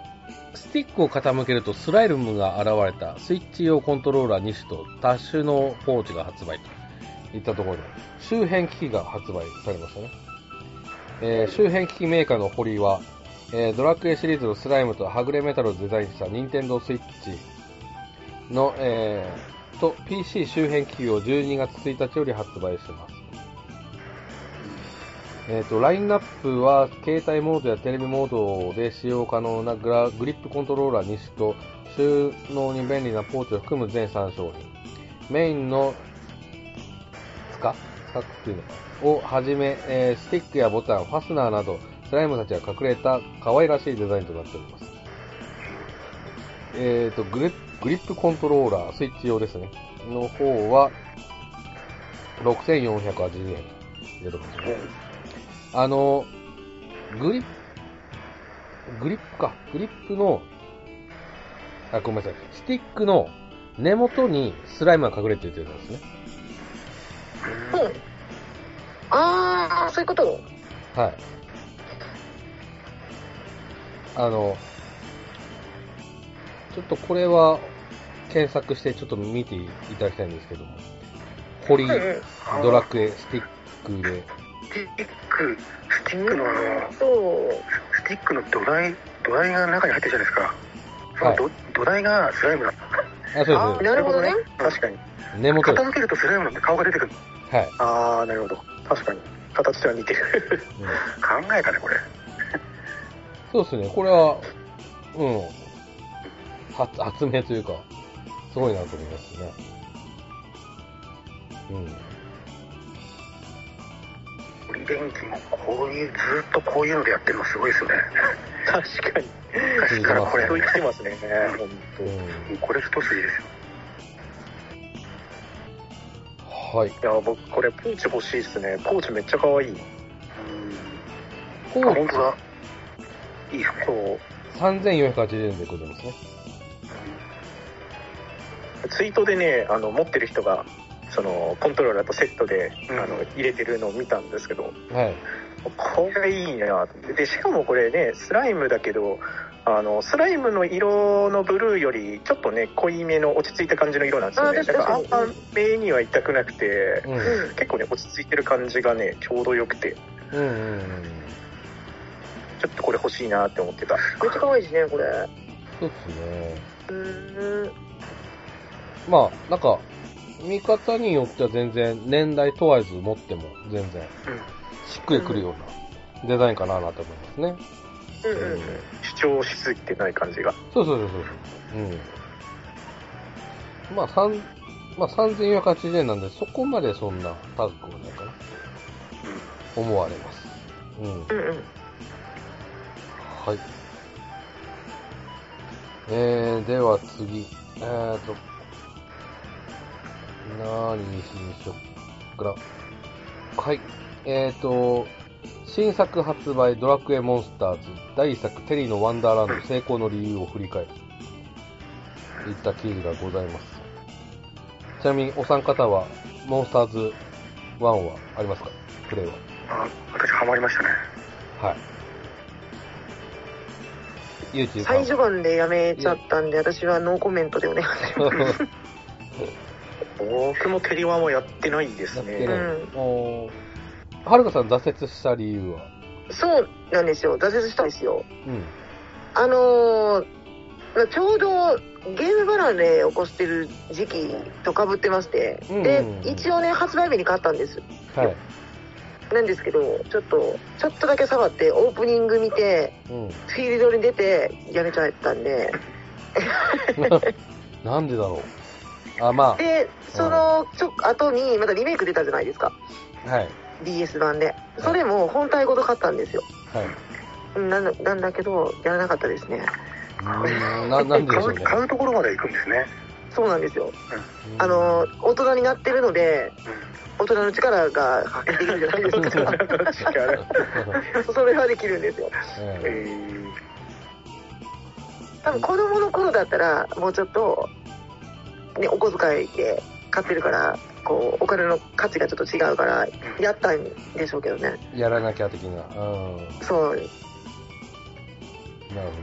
S1: スティックを傾けるとスライルムが現れたスイッチ用コントローラー2種と多種のポーチが発売といったところで、周辺機器が発売されましたね。えー周辺機器メーカーの堀井は、えードラクエシリーズのスライムとはぐれメタルをデザインした任天堂スイッチの、えーと PC 周辺機器を12月1日より発売します。えーと、ラインナップは、携帯モードやテレビモードで使用可能なグラグリップコントローラー2種と、収納に便利なポーチを含む全3商品。メインの、つかつかっていうのかなをはじめ、えースティックやボタン、ファスナーなど、スライムたちが隠れた可愛らしいデザインとなっております。えーと、グリップグリップコントローラー、スイッチ用ですね。の方は、6480円というところですね。あの、グリップ、グリップか、グリップの、あ、ごめんなさい、スティックの根元にスライムが隠れてるってやつなんですね。
S3: うん。ああ、そういうこと。
S1: はい。あの、ちょっとこれは検索してちょっと見ていただきたいんですけども、堀
S3: うんうん。
S1: ドラクエスティックで、
S4: スティックスティックのあの
S3: そう。
S4: スティックの土台土台が中に入ってるじゃないですかその土,、土台がスライムだった
S1: あ、そう
S3: あ
S1: です、
S3: なるほどね。
S2: 確かに。
S1: 根元です。
S4: 傾けるとスライムなんて顔が出てくる
S1: はい。
S2: ああ、なるほど。確かに。形は似てる。
S1: うん
S4: 考えたねこれ
S1: そうですね、これは、うん、発発明というか、すごいなと思いますね。うん。
S4: 電気もこういうずっとこういうのでやってるのすごいですよね
S2: 確かに。
S4: 昔からこれ
S2: そう言ってますね。本当。い
S1: うん
S4: これ一筋ですよ
S1: はい。
S2: や、僕、これ、ポーチ欲しいですね。ポーチめっちゃ可愛い。
S1: こ
S4: うんあ
S1: う
S4: 本当だいいですね
S2: そう。
S1: 3480円でございますね。
S2: ツイートでね、あの、持ってる人が、その、コントローラーとセットで、
S4: うん
S2: あの、入れてるのを見たんですけど、
S1: はい。
S2: これいいなと思ってでしかもこれねスライムだけどあのスライムの色のブルーよりちょっとね濃いめの落ち着いた感じの色なんですよね
S3: あ
S2: だからあん
S3: 確か
S2: ま
S3: に
S2: 目には痛くなくて
S1: うん。
S3: うん。
S2: 結構ね落ち着いてる感じがねちょうどよくて
S1: うんうんうん。
S2: ちょっとこれ欲しいなって思ってた
S3: めっちゃ可愛いですね、これ。う
S1: そうですね。
S3: ーん。
S1: まあ、なんか、見方によっては全然、年代問わず持っても全然、しっくりくるようなデザインかななんて思いますね。
S3: うん
S1: う
S3: うん
S1: ん。
S2: 主張しすぎてない感じが
S1: そうそうそうそうそう。うん。まあ、三、まあ、3480円なんで、そこまでそんな高くはないかな。思われます。うん。は
S3: うんうん。
S1: い。えー、では次。えーと、何にしよっかな。はい。えーと、新作発売ドラクエモンスターズ第1作テリーのワンダーランド成功の理由を振り返る。いった記事がございます。ちなみにお三方はモンスターズ1はありますかプレイは。
S4: あ私ハマりましたね
S1: はい。ゆうちゅうさん
S3: 最。 序盤でやめちゃったんで、私はノーコメントでお願いします。
S2: 僕もテリワンはやってないです
S1: やって
S2: ね
S1: ない。
S3: う
S1: おーはるかさん挫折した理由は
S3: そうなんですよ。挫折したんですよ。
S1: うん。
S3: あのー、まあちょうどゲーム離れを起こしてる時期とかぶってまして、
S1: うんうんうん
S3: で、一応ね、発売日に買ったんです。
S1: はい。
S3: なんですけどちょっとちょっとだけ触ってオープニング見て
S1: うん。
S3: フィールドに出てやめちゃったんで
S1: なんでだろう。あ、ま
S3: でそのちょ後にまたリメイク出たじゃないですか
S1: あ、はい。
S3: BS 版でそれも本体ごと買ったんですよ
S1: はい。
S3: うんなんだなんだけどやらなかったですね
S1: うーん、な、なんでで
S4: 買
S1: しょう
S4: う
S1: ね。
S4: 買うところまで行くんですね、
S3: そうなんです
S1: う
S3: よ
S1: ん
S3: あ の、大人になってるので
S4: う
S3: 大人の力が発揮できるじゃないです か
S2: 力
S3: それはできるんですよ
S2: え
S1: え
S2: ー
S3: 多分子供の頃だったらもうちょっと、ね、お小遣いで買ってるからこうお金の価値がちょっと違うからやったんでしょうけどね
S1: えやらなきゃ的な。うん。
S3: そう
S1: なる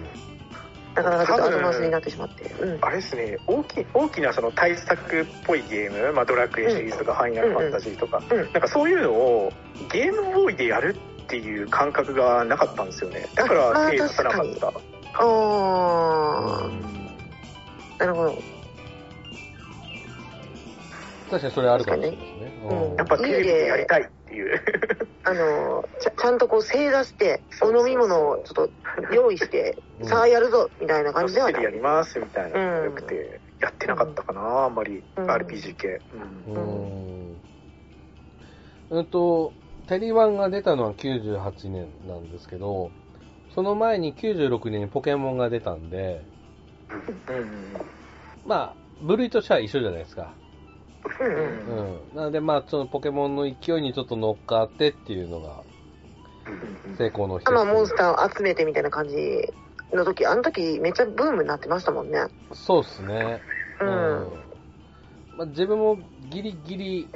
S3: なかなかちょっと後回しになってしまって、うん、
S2: あれですね大き大きなその対策っぽいゲーム、まあ、ドラクエシリーズとかファイナルファンタジーとか、
S3: うん
S2: なんかそういうのをゲームボーイでやるっていう感覚がなかったんですよねだから
S3: あ
S2: 手出さなかった
S3: あ
S1: ほど。うん
S3: あなるほど
S1: 確かにそれあるかもしれないですね。
S3: かにねうん
S2: やっぱテレビでやりたいっていう
S3: あのちゃちゃんとこう正座してお飲み物をちょっと用意して、
S1: うん
S3: さあやるぞみたい
S2: 「
S3: な
S2: あ
S3: 感
S2: っ
S3: じでは
S2: テ
S3: な
S2: レ
S3: い
S2: ビやります」みたいなのが
S3: うん
S2: よくてやってなかったかなあんまり
S3: うん
S2: RPG 系、うん
S1: うーん。うんと、テリワンが出たのは98年なんですけど、その前に96年にポケモンが出たんで、まあ、部類としては一緒じゃないですか。
S3: うんうん
S1: う
S2: うんうん
S1: ん。なので、まあ、そのポケモンの勢いにちょっと乗っかってっていうのが、成功の一
S3: あまあモンスターを集めてみたいな感じの時あの時めっちゃブームになってましたもんね
S1: そうですね。
S3: うん
S1: まあ、自分もギリギリ、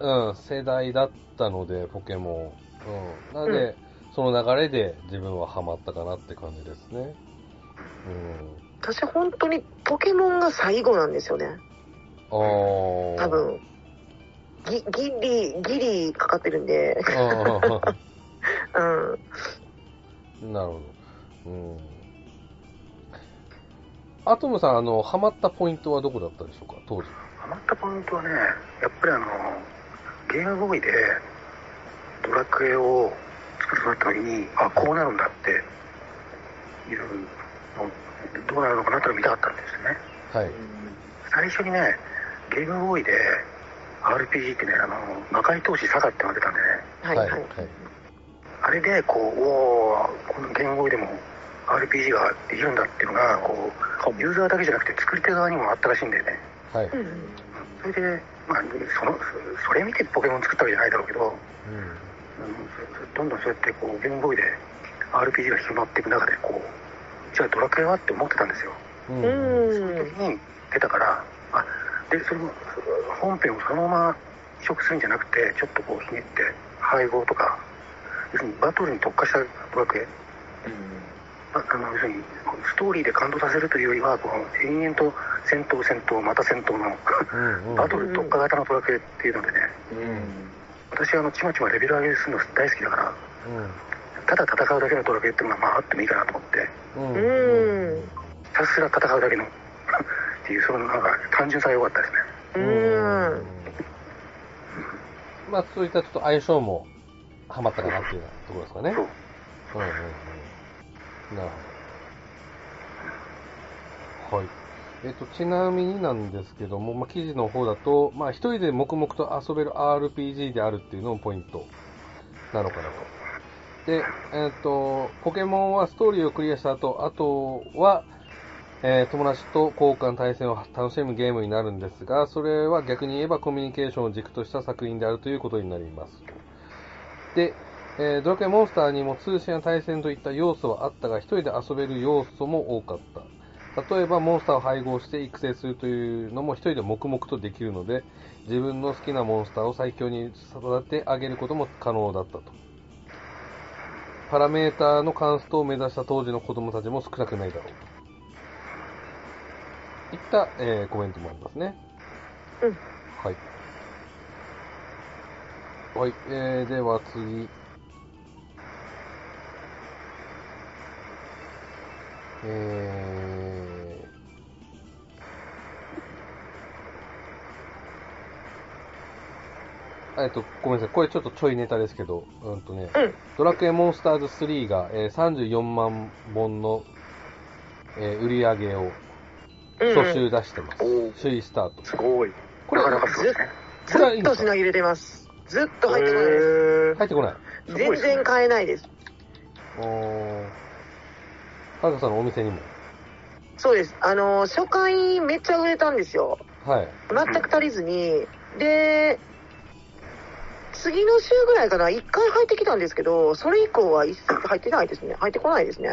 S1: うん、世代だったので、ポケモン。うん。なので、その流れで自分はハマったかなって感じですね。うん。
S3: 私本当にポケモンが最後なんですよね
S1: あー
S3: 多。分ギギリギリかかってるんで
S1: あー
S3: うん
S1: なるほど。うん。アトムさん、あの、ハマったポイントはどこだったでしょうか、当時。
S4: ハマったポイントはねやっぱりあのゲームボーイでドラクエを作るとなった時にあこうなるんだっていうのどうなるのかなってのを見たかったんですよね
S1: はい。
S4: 最初にねゲームボーイで RPG ってねあの魔界投資サガってのが出たんでね
S3: はいはい、
S4: あれでこうおおこのゲームボーイでも RPG ができるんだっていうのがこうユーザーだけじゃなくて作り手側にもあったらしいんだよね
S1: はい。
S3: うん
S4: それで、まあ、そのそそれ見てポケモン作ったわけじゃないだろうけど、
S1: うん。
S4: うんそどんどんそうやってこうゲームボーイで RPG が広まっていく中でこうじゃあドラクエはって思ってたんですよ、
S1: う。
S3: うんん
S4: 時に出たからあでそれもそ本編をそのまま移植するんじゃなくてちょっとこうひねって配合とか要するにバトルに特化したドラクエまあの要するにストーリーで感動させるというよりはこの延々と戦闘戦闘また戦闘の
S1: うんうん。
S4: バトル特化型のドラクエっていうのでね、私はあのちまちまレベル上げするの大好きだからただ戦うだけのドラクエっていうのはまああってもいいかなと思って
S1: うん。
S3: うん
S4: ひたすら戦うだけのっていうそのなんか単純さが良かったですね
S3: うんうん
S1: まあ、そういったちょっと相性もハマったかなっていうようなところですかね。
S4: そう
S1: うんうんうん。なるほど。はい。えっと、ちなみになんですけども、まあ、記事の方だと、まあ、一人で黙々と遊べる RPG であるっていうのもポイントなのかなと。で、えっと、ポケモンはストーリーをクリアした後、あとは、えー友達と交換対戦を楽しむゲームになるんですが、それは逆に言えばコミュニケーションを軸とした作品であるということになります。で、えードラクエモンスターにも通信や対戦といった要素はあったが、一人で遊べる要素も多かった。例えば、モンスターを配合して育成するというのも一人で黙々とできるので、自分の好きなモンスターを最強に育て上げることも可能だったと。パラメーターの関数を目指した当時の子供たちも少なくないだろうと。いった、えーコメントもありますね。
S3: うん
S1: はい。はい、えー、では次。えーえっと、ごめんなさい。これちょっとちょいネタですけど、うんとね、
S3: うん
S1: ドラクエモンスターズ3が、えー34万本の、えー売り上げを
S3: うん
S1: 初週出してます。
S2: おー
S1: 首位スタート。
S2: すごい。
S1: これ、
S4: なかな
S1: 入
S4: かすごいですね。
S3: ずっと品切れてます。ずっと入ってこないです。
S2: へー
S1: ってこない。
S2: すごい
S3: 全
S2: ですね
S3: 然買えないです。
S1: おー。はるかさんのお店にも。
S3: そうです。あのー、初回めっちゃ売れたんですよ。
S1: はい。
S3: 全く足りずに。で、次の週ぐらいかな、1回入ってきたんですけど、それ以降は一切入ってないですね。入ってこないですね。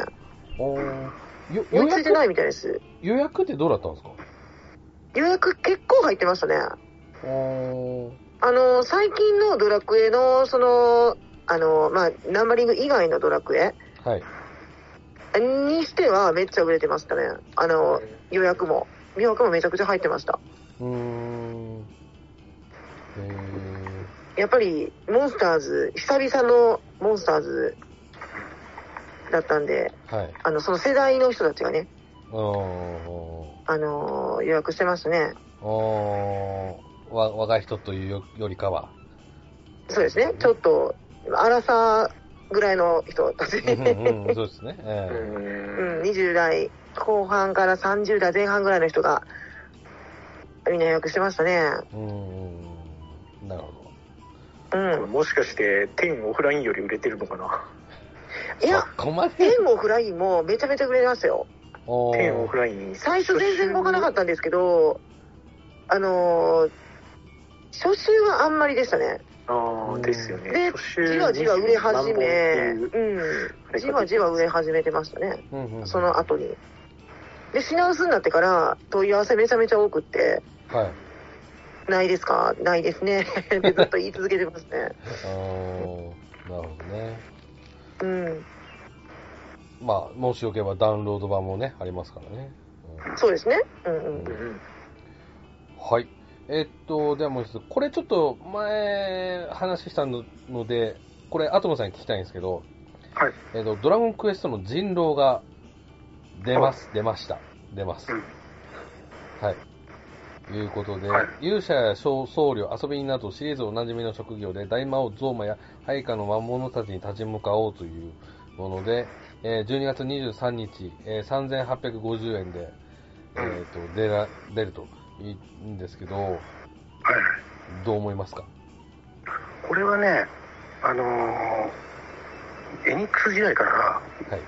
S1: おー。よ
S3: 追
S1: 予
S3: いついてな
S1: 約
S3: いみたいです。
S1: 予約ってどうだったんですか
S3: 予約結構入ってましたね。
S1: おー。
S3: あのー、最近のドラクエの、その、あのー、まあ、ナンバリング以外のドラクエ
S1: はい。
S3: にしてはめっちゃ売れてましたね。あのー、予約も。予約もめちゃくちゃ入ってました。
S1: うーん。えー。
S3: やっぱりモンスターズ久々のモンスターズだったんで
S1: はい。
S3: あのその世代の人たちがね、
S1: あー。
S3: あのー予約してましたね
S1: おー。わ、若い人というよよりか は。
S3: そうですねちょっと荒さぐらいの人たち、う
S1: うんうんそうですね。ええ
S3: ん、20代後半から30代前半ぐらいの人がみんな予約してましたね
S1: うんうんなるほど。
S3: うん
S2: もしかして、天オフラインより売れてるのかな。
S3: いや
S1: そこまで。
S3: 天をフラインもめちゃめちゃ売れましたよ
S1: お
S2: 天オフ
S1: ー
S2: ライン。
S3: 最初全然動かなか
S2: っ
S3: ったんですけど、あのー初週はあんまりでしたね。
S2: た。ああ、ですよね。
S3: で
S2: 初週
S3: じわじわ売れ始め、
S2: 20万本っていう
S3: うん、じわじわ売れ始めてましたね、
S1: うんうん
S3: その後に。で、品薄になってから問い合わせめちゃめちゃ多くって、
S1: はい。
S3: ないですかないですね。ってずっと言い続けてますね。
S1: あーなるほどね。
S3: うん、
S1: まあ、もしよければダウンロード版もね、ありますからね。うん
S3: そうですね。うん
S2: うんうん
S1: はい。えっと、ではもう一つ、これちょっと前話したのので、これ、アトムさんに聞きたいんですけど、
S4: はい。
S1: えっと、ドラゴンクエストの人狼が出ます、出ました。出ます。
S4: うん
S1: はい。ということで、
S4: はい
S1: 勇者や僧侶、遊び人などシリーズおなじみの職業で大魔王ゾーマや配下の魔物たちに立ち向かおうというもので、えー12月23日、えー3850円で、えーと出ら出るといいんですけど、
S4: はいはい。
S1: どう思いますか
S4: これはね、あのー、エニックス時代から
S1: はい。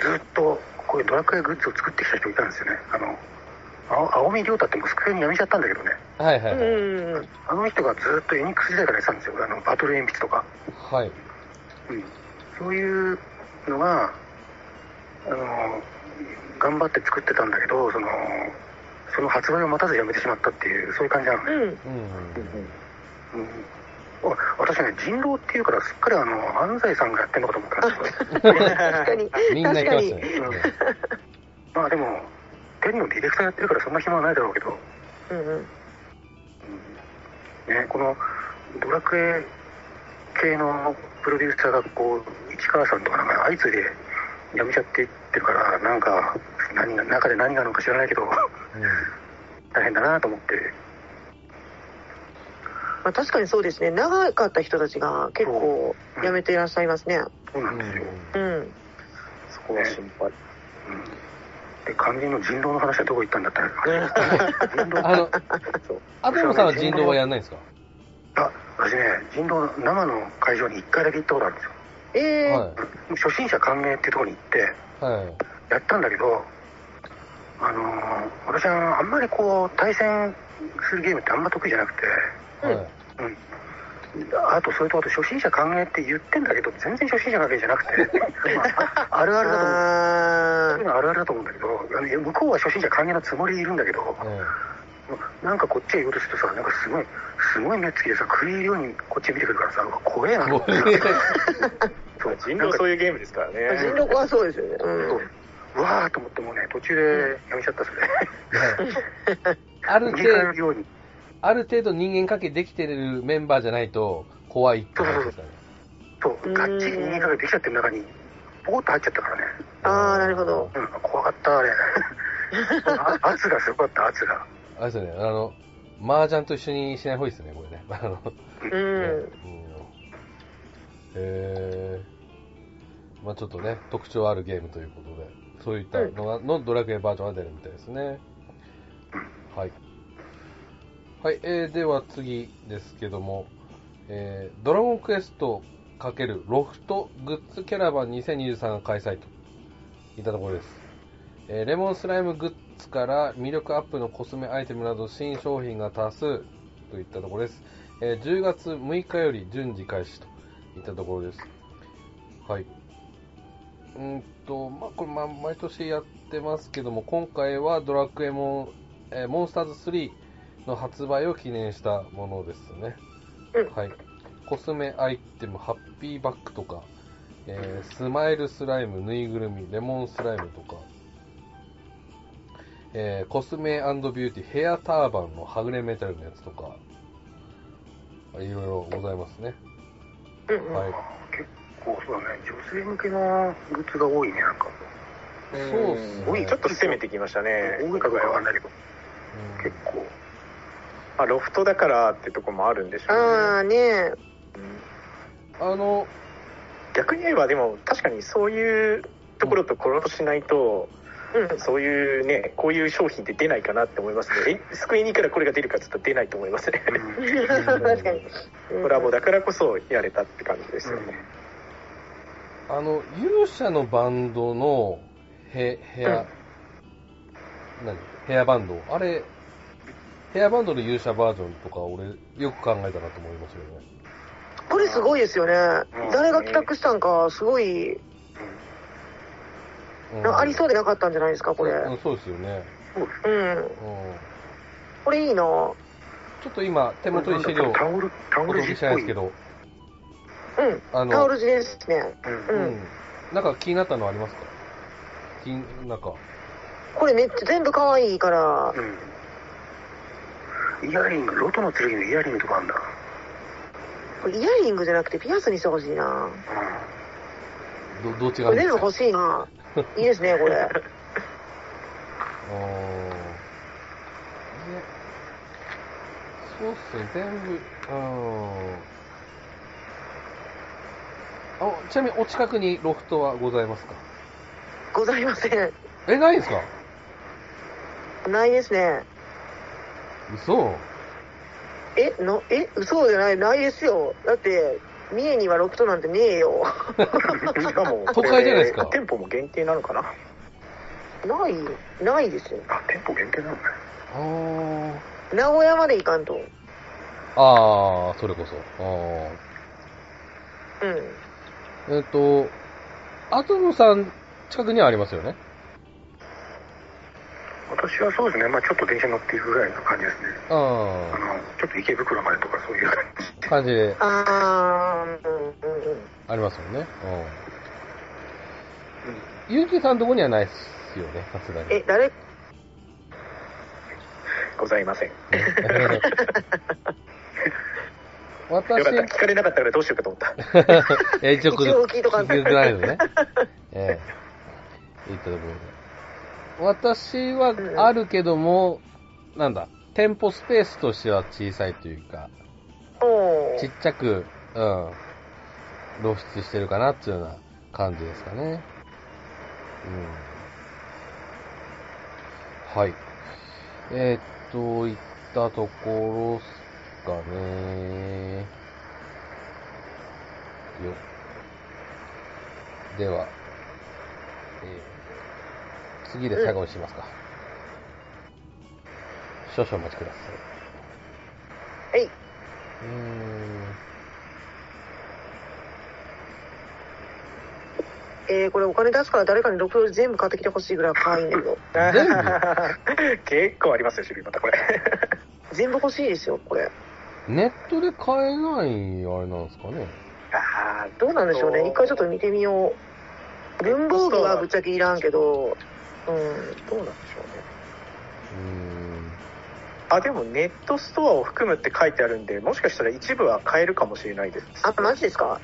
S4: ずっとこういうドラクエグッズを作ってきた人いたんですよね。あの、青青見亮太ってもうすくに辞めちゃったんだけどね。
S1: はいは
S3: う
S1: い
S3: ん。
S1: はい。
S3: うんうん。
S4: あの人がずっとエニックス時代からやってたんですよ。あの、バトル鉛筆とか。
S1: はい。
S4: うん。そういうのが、あのー、頑張って作ってたんだけど、その、その発売を待たず辞めてしまったっていう、そういう感じなのね。
S3: うん。
S1: うんうん。
S4: うん、あ私ね、人狼っていうから、すっかりあの安西さんがやってるのかと思ったんですよ。
S3: 確かに。
S1: みんな行きました
S3: 確
S1: ね。
S4: 確かまあでも、天のディレクターやってるから、そんな暇はないだろうけど、
S3: かに。うんうん。
S4: うんね、このドラクエ系のプロデューサーが、こう、市川さんとかなんか、相次いで辞めちゃっていってるから、なんか、何が、中で何があるのか知らないけど、
S1: うんうん
S4: 大変だなと思って、
S3: まあ、確かにそうですね。長かった人たちが結構辞めていらっしゃいますね。
S4: そうなん
S1: うん
S4: ですよ。
S3: うん。
S2: そこは心配。
S4: うんで、肝心の人狼の話はどこ行ったんだったら、人狼
S1: あの、
S2: そう
S1: アトムさんは人狼はやらないんですか
S4: あ私ね、人狼生の会場に1回だけ行ったことあるんですよ。
S3: ええー。
S1: は
S4: 初心者歓迎ってところに行って、
S1: い。はい。
S4: やったんだけど、あのー私はあんまりこう、対戦するゲームってあんま得意じゃなくて、
S1: はい。
S4: あと、それとあと、初心者歓迎って言ってんだけど、全然初心者歓迎じゃなく て、まあ、あるあるだと思う。
S3: あ
S4: そういうのあるあるだと思うんだけど、あの向こうは初心者歓迎のつもりでいるんだけど、
S1: え
S4: なんかこっちへ言おうとするとさ、なんかすごい、すごい目つきでさ、食い入るようにこっち見てくるからさ、うわ怖えなと思ってさ。そう
S2: 人狼そういうゲームですから
S3: ー人
S2: ね。
S3: 力はそうですよね。
S4: そう
S3: う
S4: うわーと思ってもうね、途中でやめちゃったそれ。
S1: ある
S4: 逃
S1: 程度
S4: げ帰、るように。
S1: ある程度人間関係できてるメンバーじゃないと怖いって話ですよね。
S4: そう、
S3: ん
S4: がっちり人間関係できちゃってる中に、ポーッと入っちゃったからね。
S3: ん。ああ、なるほど。
S4: うん、怖かった、あれ。あ圧がすごかった、圧が。
S1: あれですよね、あの、麻雀と一緒にしない方がいいですね、これね。あのう
S3: う
S1: ん
S3: ん。
S1: えー、まあちょっとね、特徴あるゲームということで、そういったのが、のドラクエバージョンが出るみたいですね。はい。はい、えー、では次ですけども、えー、ドラゴンクエスト×ロフトグッズキャラバン2023が開催といったところです。えーレモンスライムグッズから魅力アップのコスメアイテムなど新商品が多数といったところです。えー10月6日より順次開始といったところです。はい。うーんと、まあ、これ、まあ、毎年やってますけども、今回はドラクエモン、えーモンスターズ3の発売を記念したものですね。
S3: うん
S1: はい。コスメアイテム、ハッピーバッグとか、えースマイルスライム、ぬいぐるみ、レモンスライムとか、えーコスメビューティー、ヘアターバンのはぐれメタルのやつとか、いろいろございますね。
S3: うんうん
S1: はい。
S4: 結構そうだね女性向けのグッズが多いねなんか
S1: そうっすね。
S2: 多いちょっと攻めてきましたね
S4: 多いかどうかわかんないけど
S1: うん
S4: 結構
S2: まあ、ロフトだからってとこもあるんでしょう
S3: あ
S2: ね
S3: あね
S2: うん
S1: あの、
S2: 逆に言えばでも確かにそういうところとコラボしないと、
S3: うん
S2: そういうねこういう商品って出ないかなって思います ねえスクエニからこれが出るかって言ったら出ないと思いますね
S4: うん
S3: 確かに
S2: コラボだからこそやれたって感じですよね、
S1: あの、勇者のバンドのヘヘア、何ヘアバンド。あれ、ヘアバンドの勇者バージョンとか俺よく考えたなと思いますよね。
S3: これすごいですよね
S4: うん
S3: 誰が企画したんかすごい
S1: うん
S3: なありそうでなかったんじゃないですかこれ
S1: う、
S3: うん
S1: そうですよね。
S3: ん
S1: うん。
S3: これいいなう
S1: ちょっと今、手元に資料
S4: タオルタ
S1: お
S4: オル
S1: 届
S4: 地
S1: け
S4: っ
S1: したいん
S4: ぽ
S1: で
S4: い
S1: すけど、
S3: ん
S1: あ
S3: タオ
S1: の、
S3: ル地ですね
S4: うん
S1: う
S3: うん
S1: ん。なんか気になったのありますか気に、なんか、
S3: これめっちゃ全部可愛いから
S4: うんイヤリング、ロトの剣のイヤリングとかあんだ。
S3: これイヤリングじゃなくてピアスにしてほしいな
S1: ど、どう違
S3: こ
S1: うん
S3: れ
S1: です
S3: 全部
S1: か
S3: 欲しいないいですねこれ
S1: あーねそうっすね、全部、うーん。あ、ちなみにお近くにロフトはございますか
S3: ございません
S1: え、ないんですか
S3: ないですね
S1: 嘘
S3: えのえ嘘じゃないないですよだって三重にはロフトなんてねえよ
S2: しかも
S1: 都会じゃないですか
S2: これ店舗も限定なのかな
S3: ないないですよ
S4: あ、店舗限定なのね。
S1: あー。
S3: 名古屋まで行かんと
S1: あー、それこそ。あ
S3: う
S1: ー。
S3: ん
S1: えっ、と、アトムさん、近くにはありますよね
S4: 私はそうですね、まあちょっと電車乗っていくぐらいの感じですね。あ
S1: あ
S4: の、ちょっと池袋までとかそういう感じ。
S1: ー、感じで
S3: あーうんうんうん
S1: ありますよね。うん。ゆうきさんとこにはないっすよね、さすがに。
S3: え誰
S2: ございませんよ
S1: 私
S2: かった、聞かれなかったからどうしようかと思った
S1: えー、ちょっと、
S3: 一応聞いとかんと
S1: 聞いてないのね。 ええ言ったところで。私はあるけども、なんだ、店舗スペースとしては小さいというか、
S3: お
S1: ちっ
S3: ー
S1: ちゃく、うん、露出してるかなっていうような感じですかね。うん。はい。えーっと、いったところっすかね。よでは、えー次で最後にしますか。少々お待ちください。
S3: えいう
S1: ーん。
S3: えー、これお金出すから誰かにロフト全部買ってきてほしいぐらい可愛いんだけど
S1: 全部
S2: 結構ありますよ種類またこれ
S3: 全部欲しいですよこれ
S1: ネットで買えないあれなんですかね。
S2: あー
S3: どうなんでしょうね一回ちょっと見てみよう文房具はぶっちゃけいらんけどう
S2: ど
S3: ん
S2: うなんでしょう
S1: う
S2: ね
S1: ーん。
S2: あでもネットストアを含むって書いてあるんでもしかしたら一部は買えるかもしれないです
S3: あマジですか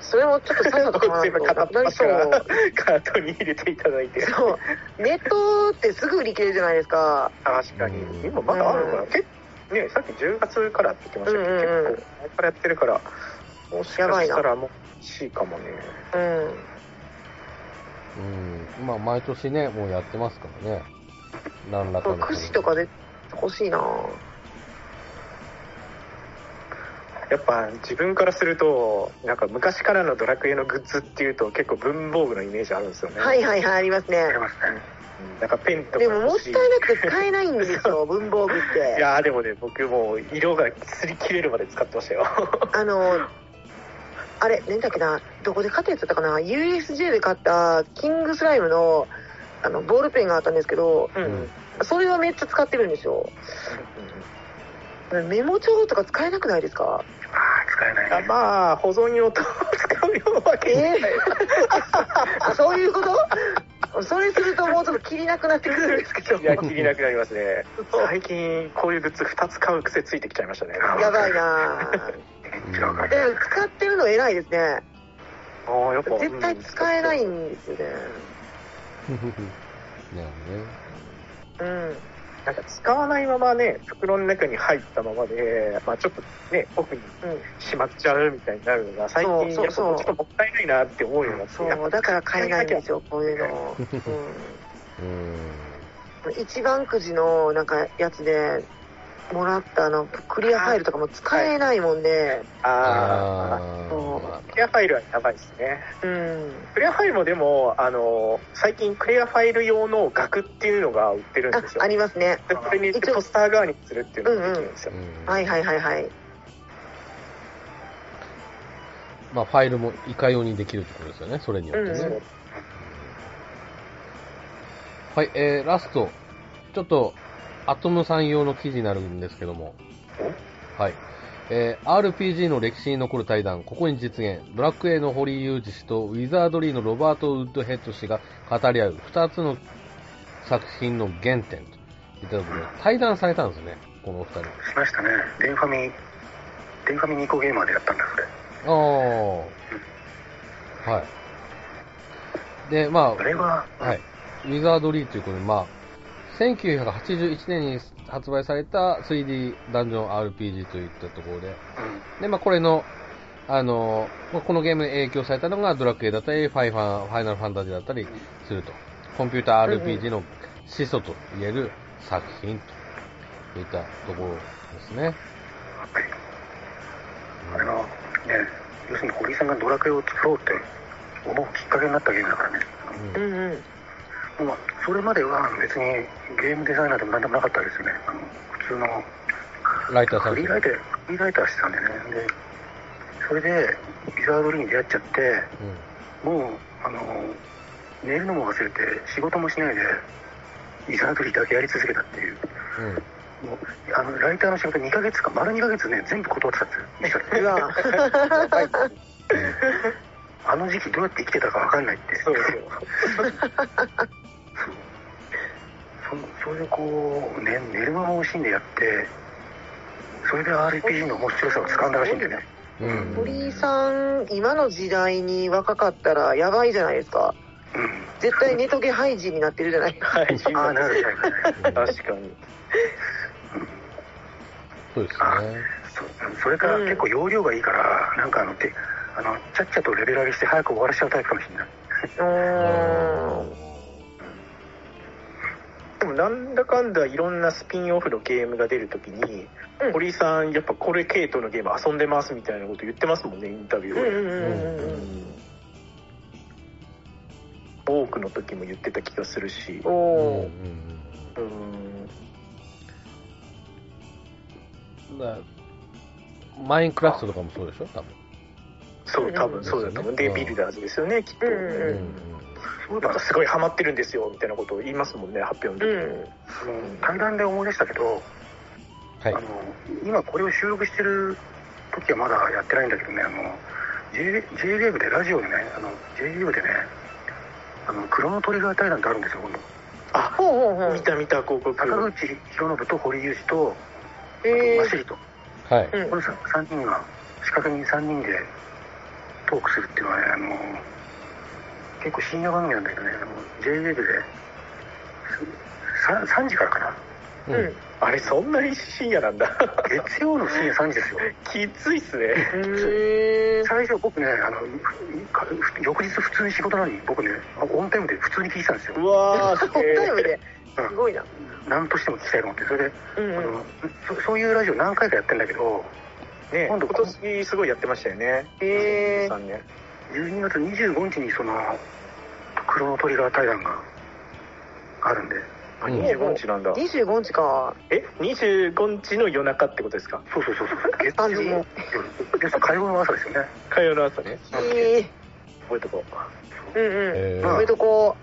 S3: それもちょっとさっさと買わ ないとなくなりそう
S2: カートに入れていただいて
S3: そうネットってすぐ売り切れるじゃないですか
S2: 確かに
S1: うん
S2: 今まだあるのかな
S3: うん
S2: 結ねさっき10月からって言ってましたけど、
S3: うんうんうん
S2: 結構前からやってるからもしか
S3: やばい
S2: し
S3: な
S2: たらもうしいかもね
S3: うん
S1: うん。まあ、毎年ね、もうやってますからね。何らかの。
S3: くじとかで欲しいな
S2: やっぱ自分からするとなんか昔からのドラクエのグッズっていうと結構文房具のイメージあるんですよね
S3: はいはいはいありますね
S4: ありますね。
S2: うんなんかペンとか
S3: でももっ
S2: 欲
S3: た
S2: し
S3: いなくて使えないんです よ文房具っ
S2: い
S3: て
S2: やーでもね僕もう色が擦り切れるまで使ってましたよ
S3: あのあれ何だっけなどこで買ったやつだったかな USJ で買ったキングスライムのあのボールペンがあったんですけど
S2: うん、
S1: うん
S3: それはめっちゃ使ってるんですよメモ帳とか使えなくないですか
S4: ああ、使えな い
S2: あ
S4: ね。
S2: まあ保存用と使う用は
S3: え
S2: 結
S3: ーあ そういうことそれするともうちょっと切りなくなってくるんですけど
S2: 構いや切りなくなりますね最近こういうグッズ2つ買う癖ついてきちゃいましたね
S3: やばいな
S4: 違うか
S3: でも使ってるの偉いですね
S2: ああやっぱ
S3: 絶対使えな
S2: う
S3: い
S2: ん
S3: んですよね
S1: なるほどね。
S3: うん
S2: なんか使わないままね袋の中に入ったままで、まあ、ちょっとね奥にしまっちゃうみたいになるのが最近
S3: そ
S2: やっ
S3: う
S2: ぱ
S3: そ
S2: も
S3: う
S2: うちょっともったいないなって思うようになってやっ
S3: そ
S2: ぱ
S3: うだから買えないんですよこういうの、
S1: うん。
S3: うん、一番くじのなんかやつでもらったあのクリアファイルとかも使えないもんで、
S2: ああ
S3: そ
S2: クリアファイルはやばいですね
S3: うん
S2: クリアファイルもでもあの最近クリアファイル用の額っていうのが売ってるんですよ
S3: あありますね
S2: でこれにポスター側にするっていうのができるんですよ、
S1: うん
S3: はいはいはいはい
S1: まあ、ファイルもいかようにできるってことですよね、それによってね。
S3: うんうん
S1: はい、えー、ラスト。ちょっと、アトムさん用の記事になるんですけども。はい。えー、RPG の歴史に残る対談、ここに実現。ドラクエの堀井雄二氏とウィザードリーのロバート・ウッドヘッド氏が語り合う二つの作品の原点といったところで、対談されたんですね、このお二
S4: しましたね。デンファミ、デンファミニコゲーマーでやったんだ、それ。
S1: 人。ああ。はい。で、まあ
S4: あ、れは、
S1: はい。ウィザードリーということで、まあ、1981年に発売された 3D ダンジョン RPG といったところで、
S4: うん
S1: で、まあ、これの、あの、まあこのゲームに影響されたのがドラクエだったり、ファイファン、ファイナルファンタジーだったりすると。コンピューター RPG の始祖と言える作品といったところですね。
S4: はいあれが、ね、要するに堀井さんがドラクエを作ろうって思うきっかけになったゲームだからね。
S1: うん
S3: うんうん
S4: まあ、それまでは別にゲームデザイナーでも何でもなかったわけですよね。あの普通の
S1: ライターさん
S4: フリーライター、フリーライターしてたんでね。で、それで、ビザードリーに出会っちゃって、
S1: うん
S4: もう、あの、寝るのも忘れて、仕事もしないで、ビザードリーだけやり続けたっていう。
S1: うん。
S4: もう、あの、ライターの仕事2ヶ月か、丸2ヶ月ね、全部断ってたんですよ。
S3: うわ
S4: あの時期どうやって生きてたか分かんないって。
S2: そうですよ
S4: そそれでこう、ね、寝る間も惜しんでやって、それで RPG の面白さを掴んだらしいんでね。
S1: うん。
S3: 堀井さん今の時代に若かったらやばいじゃないですか
S4: うん。
S3: 絶対ネトゲハイジになってるじゃない
S2: はい
S4: ああ、なるほど。
S1: うん
S2: 確かに
S1: そうですね。
S4: そそれから
S3: うん
S4: 結構容量がいいから、なんかあの、てあの、ちゃっちゃとレベル上げして早く終わらせちゃうタイプかもしれない。
S3: うーん
S2: でもなんだかんだいろんなスピンオフのゲームが出るときに、
S3: うん
S2: 堀井さんやっぱこれ系統のゲーム遊んでますみたいなこと言ってますもんねインタビュ
S3: う
S2: ー
S3: ん
S2: で、
S3: うんうんうんうん
S2: 多くの時も言ってた気がするし
S3: お
S1: うん
S3: お
S2: うーん
S1: うんだからマインクラフトとかもそうでしょ多分。
S2: そう多分そうだと思うで
S1: うん
S2: ビルダーズですよねきっと、
S3: うん
S1: う
S3: うん
S1: ん
S4: そうだ
S2: なん
S4: っ
S2: か
S4: た
S2: すごいハマってるんですよみたいなことを言いますもんね発表
S3: う
S2: の時、
S3: ん
S4: あの対談で思い出したけど、
S1: はい
S4: あの。今これを収録してる時はまだやってないんだけどねあの J, J リーグでラジオでねあの J リーグでねあのクロノトリガー対談ってあるんですよ今度
S2: あ
S3: ほうほうほう
S2: 見た見た広告
S4: 坂口博信と堀裕二と
S3: え
S4: マ
S3: ー
S4: シリと、
S1: はい。
S3: うん
S4: この 3, 三人が仕掛け人3人でトークするっていうのはねあの結構深夜番組なんだけどねあの J リーグでさ 3, 時からかな
S3: うん、う
S2: あれそんなに深夜なんだ
S4: 月曜の深夜3時ですよ
S2: きついっすね
S3: ーん
S4: 最初僕ねあのか翌日普通に仕事なのに僕ねオンタイムで普通に聞いてたんですよ
S2: うわー
S3: 北海道ですごいな
S4: 何としても聞きたいと思ってそれで、
S3: うん
S4: あ
S3: うん
S4: のそそういうラジオ何回かやってんだけど
S2: ね
S4: 今
S2: 今
S4: 度
S2: 年すごいやってましたよね
S3: へえ
S2: 三年
S4: 12月25日にそのクロノトリガー対談があるんで
S2: あ
S1: うん
S2: 25日なんだ
S3: 25日か
S2: え25日の夜中ってことですか
S4: そうそうそうそう月曜の夜月曜火曜の朝ですよね
S2: 火曜の朝ね
S3: へえ
S2: 覚えとこ
S3: うんうん
S1: え
S4: ま
S3: そう
S1: ー
S3: いうとこ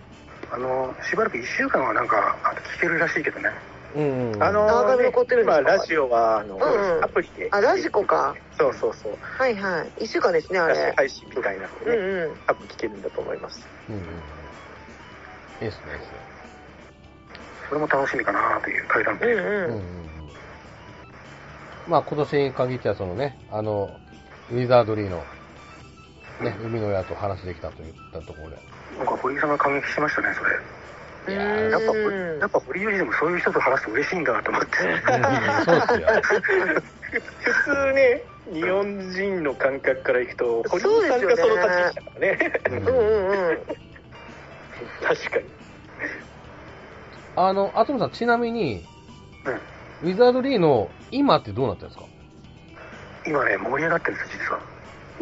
S4: あのしばらく1週間はなんかあの聞けるらしいけどね
S1: うん
S2: うあの
S3: アーカイブ
S2: ね
S3: 残ってるんですか
S2: 今ラジオはあの
S3: んうん
S2: アプリで
S3: あラジコか
S2: そうそうそう
S3: はいはい1週間ですねあ
S2: ラジオ
S3: れ
S2: 配信みたいなの
S3: う
S2: でね
S3: んうん
S2: 多分聞けるんだと思います
S1: うんうんうんいいっすね、いいっすね。
S4: それも楽しみかなという対談
S3: うん
S4: で
S1: うんうんう
S3: うん
S1: んまあ今年に限ってはそのね、あの、ウィザードリーの、ね、海の親と話できたといったところで。
S4: なんか堀井さんが感激しましたねそれ
S1: いやー
S3: うん
S4: やっぱやっぱ堀井よりでもそういう人と話すと嬉しいんだなと思って
S1: そうっすよ。
S2: 普通ね日本人の感覚からいくと堀
S3: そう
S2: 井
S3: です
S2: さん
S3: よね
S2: がその立ち位置だからね
S1: うん
S3: うんうんうん
S2: 確かに
S1: あの、アトムさん、ちなみに、
S4: うん
S1: ウィザードリーの今ってどうなってるんですか
S4: 今ね盛り上がってるんですよ実は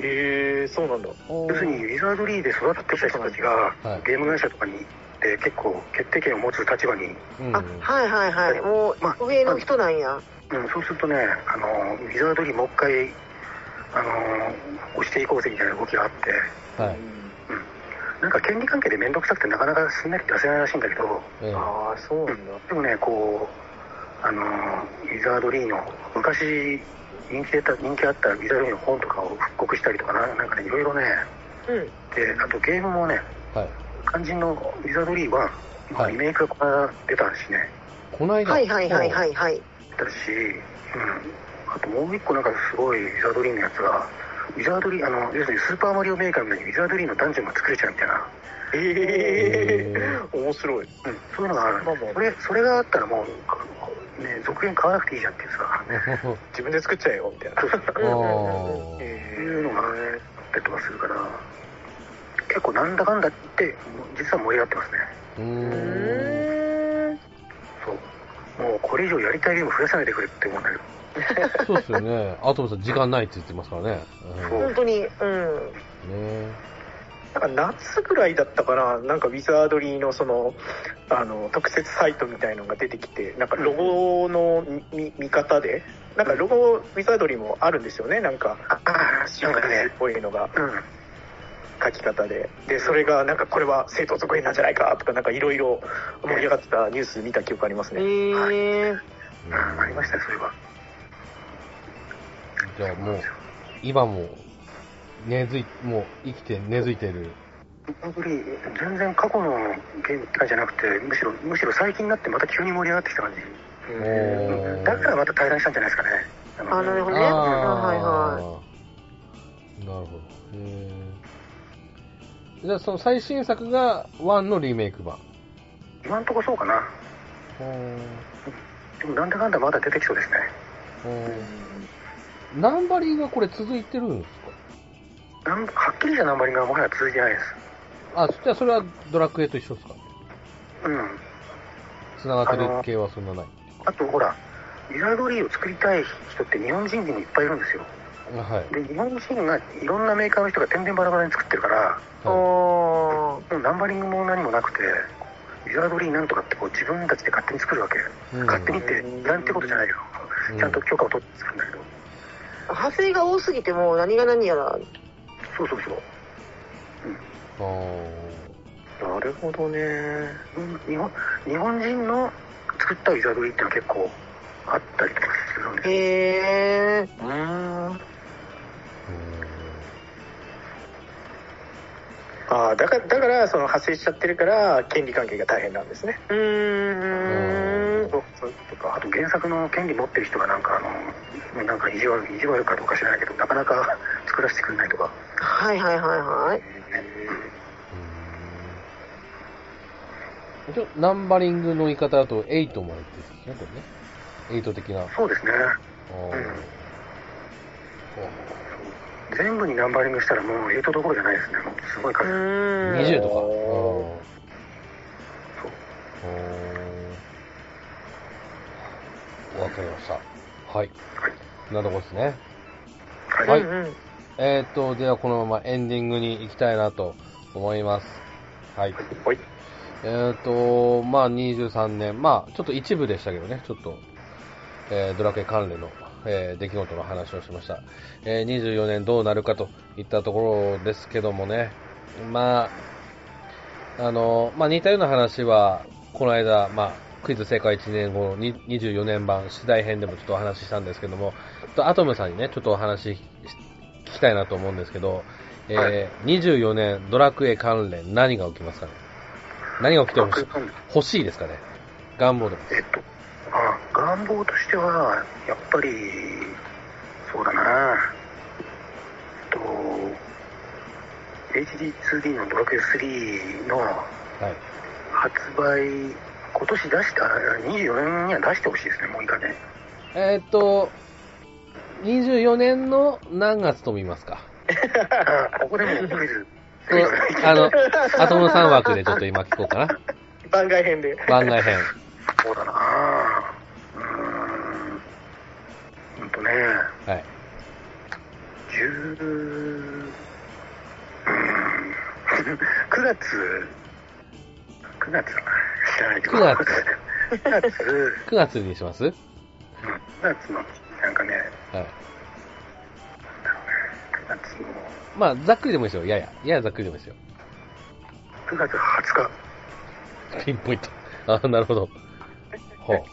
S2: へえそうなんだ
S1: 要
S4: 要するにウィザードリーで育ってきた人たちが
S1: はい
S4: ゲーム会社とかに行って結構決定権を持つ立場に、
S1: うん
S3: あはいはいはいも
S4: まあ
S3: う上の人なんや
S4: うん、そうするとねあのウィザードリーもう一回あの押していこうぜみたいな動きがあって
S1: はい。
S4: なんか権利関係で面倒くさくてなかなかすんなり出せないらしいんだけど
S1: ええ
S2: ああそうなんだ
S4: でもねこうあのウィザードリーの昔人気でた人気あったウィザードリーの本とかを復刻したりとかななんかねいろいろね
S3: うん
S4: であとゲームもね
S1: はい。
S4: 肝心のウィザードリーは
S1: はい
S4: リメイクがこの間出たしね、
S1: この間。。
S3: はいはいはいはいいはい
S4: だし、うん、あともう一個なんかすごいウィザードリーのやつが、ウィザードリー、あの、要するにスーパーマリオメーカーみたいにウィザードリーのダンジョンが作れちゃうみたいな、
S2: ええ面白い
S4: うん、そういうのがあるんで
S2: まあまあ
S4: それ、それがあったらもう、ね、続編買わなくていいじゃんっていうさ、
S2: 自分で作っちゃえよみたいな
S1: あ
S3: うんうんうん
S1: ー
S4: そういうのがあったりとかするから、結構なんだかんだ言って、実は盛り上がってますね。
S1: う
S3: う
S1: ーん。
S3: ーん
S4: そう。もうこれ以上やりたいゲーム増やさないでくれって思うんだけど、
S1: そうっすよね。アトムさん、時間ないって言ってますからね。
S4: そう
S3: 本当にうん
S1: うんね
S2: なんか夏ぐらいだったかななんかウィザードリーのそのあの特設サイトみたいのが出てきてなんかロゴの見見方でなんかロゴウィザードリーもあるんですよねなんか
S4: ああ、
S2: シ
S4: な
S2: ン
S4: ん
S2: グ
S4: か
S2: ル
S4: ね
S2: っ、ぽいのが
S4: うん。
S2: 書き方ででそれがなんかこれは正当続編なんじゃないかとかなんかいろいろ盛り上がってたニュース見た記憶ありますね
S3: へえ
S1: うん
S4: ありましたね、それは。
S1: じゃあもう、今も、根付い、もう生きて根付いてる。
S4: 本当に全然過去のゲームって感じじゃなくてむしろむしろ最近になってまた急に盛り上がってきた感じ
S1: お
S4: うんだからまた対談したんじゃないですかねあの
S3: あなるほどねはいはいは
S1: ーなるほど。へーじゃあその最新作が1のリメイク版。
S4: 今んとこそうかなでもなんだかんだまだ出てきそうですね
S1: ナンバリングはこれ続いてるんです
S4: なんはっきりしたナンバリングはもはや続いてないです
S1: かあ、じゃあそれはドラクエと一緒ですか
S4: うん
S1: 繋がってる系はそんなない。
S4: あとほらウィザードリーを作りたい人って日本人にいっぱいいるんですよ
S1: あはい。
S4: で日本人がいろんなメーカーの人が天然バラバラに作ってるから
S1: は
S3: おー
S4: もうナンバリングも何もなくてウィザードリーなんとかってこう自分たちで勝手に作るわけ
S1: いうん
S4: 勝手にってなんてことじゃないよ
S1: うん
S4: ちゃんと許可を取って作るんだけど
S3: 派生が多すぎてもう何が何やら
S4: そうそうそう。
S1: あー
S2: なるほどね
S4: うん日本日本人の作ったウィザードリーってのは結構あったりとかするんですよ
S3: へえ
S2: うん
S1: うん
S2: ああだからだからその派生しちゃってるから権利関係が大変なんですね
S3: うーん
S2: そうそういうことか
S4: あと原作の権利持ってる人がなんかあのなんか意地悪意地悪かどうか知らないけどなかなか 作らせてくれないとか
S3: はいはいはいはい
S1: うん一応、ナンバリングの言い方だと、8も入ってるんですね、これね。8的な。
S4: そうですね。
S1: おー
S4: うん全部にナンバリングしたらもう8どころじゃないですね。もうすごい数。
S3: うん
S1: 20とか。
S2: お
S4: そう
S1: うんおーわかりました。はい。
S4: はい。
S1: なるほどですね。
S4: はい。
S1: はい
S3: うんうん
S1: えー、っと、ではこのままエンディングに行きたいなと思います。はい。
S2: はい。
S1: えー、っと、まあ23年、まあちょっと一部でしたけどね、ちょっと、えードラクエ関連の、えー出来事の話をしました。えー24年どうなるかといったところですけどもね、まあ、あの、まあ似たような話は、この間、まあ、クイズ正解1年後のに24年版次第編でもちょっとお話ししたんですけども、ちょっとアトムさんにね、ちょっとお話しし聞きたいなと思うんですけど、えー
S4: は
S1: 24年ドラクエ関連何が起きますかね何が起きてほしい
S4: なんで
S1: 欲しいですかね願望でも。
S4: えっと、あ願望としては、やっぱり、そうだな、えっと、HD2D のドラクエ3の
S1: はい。
S4: 発売、今年出した、24年には出してほしいですね、もういいかね。
S1: えーっと、24年の何月と見ますか
S4: あここでもうクイズ、
S1: これあの、アトム3枠でちょっと今聞こうかな。
S2: 番外編で。
S1: 番外編。
S4: そうだな、うーん、うんとね、
S1: はい。
S4: 10、う ーん、9月、9月知らないけど、
S1: 9月
S4: 9月、うん
S1: 9月にしますはい。
S4: 9月の、なんかね、9月の、
S1: まあ、ざっくりでもいいですよ。やや。ややざっくりでもいいですよ。
S4: 9月20日、
S1: ピンポイント。あなるほど。ほう。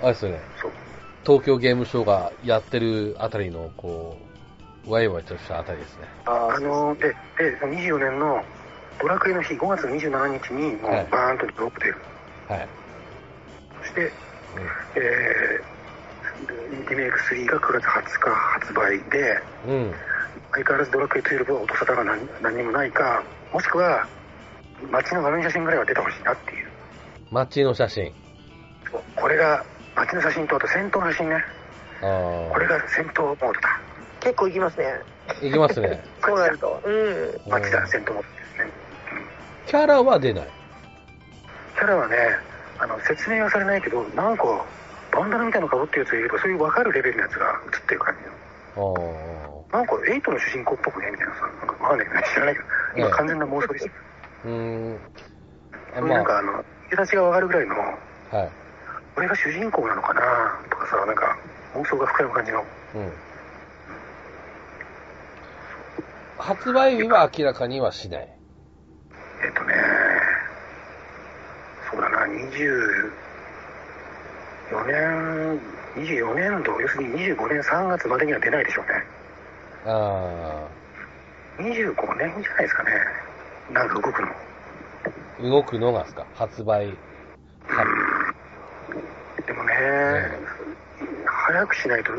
S1: あれですよね。
S4: そう、
S1: 東京ゲームショウがやってるあたりの、こう、ワイワイとしたあたりですね。
S2: あ
S4: あの、で、で、24年の、ドラクエの日、5月27日に、も
S1: はいう
S4: バーンとロープ出る。
S1: はい。
S4: そして、
S1: うん
S4: えー、リメイク3が9月20日発売で、
S1: うん。
S4: 相変わらずドラクエ12は音沙汰が何何にもないかもしくは街の悪い写真ぐらいは出てほしいなっていう
S1: 街の写真。
S4: これが街の写真とあと戦闘の写真ね
S1: あ
S4: これが戦闘モードだ
S3: 結構いきますね
S1: あ。いきますね。
S3: そうなるとうん
S4: 街
S1: う
S4: だ
S1: ん
S4: 戦闘モードですね
S1: キャラは出ない。
S4: キャラはねあの説明はされないけどなんかバンダナみたいなのかぶってるやつがいればそういう分かるレベルのやつが映ってる感じの
S1: ああ。
S4: なんかエイトの主人公っぽくねみたいなさなんか分かんないけど知らないけど今
S1: ええ
S4: 完全な妄想ですよ、
S1: うーん。あ
S4: そういうなんか
S1: ま
S4: あのいたちが分かるぐらいの
S1: あ、はい。
S4: これが主人公なのかなとかさなんか妄想が膨らむ感じの
S1: うん。発売日は明らかにはしない。
S4: えっとねそうだな24年24年度要するに25年3月までには出ないでしょうね
S1: あ
S4: 25年じゃないですかねなんか動くの
S1: あ。動くのがですか発売。
S4: でもね、早くしないと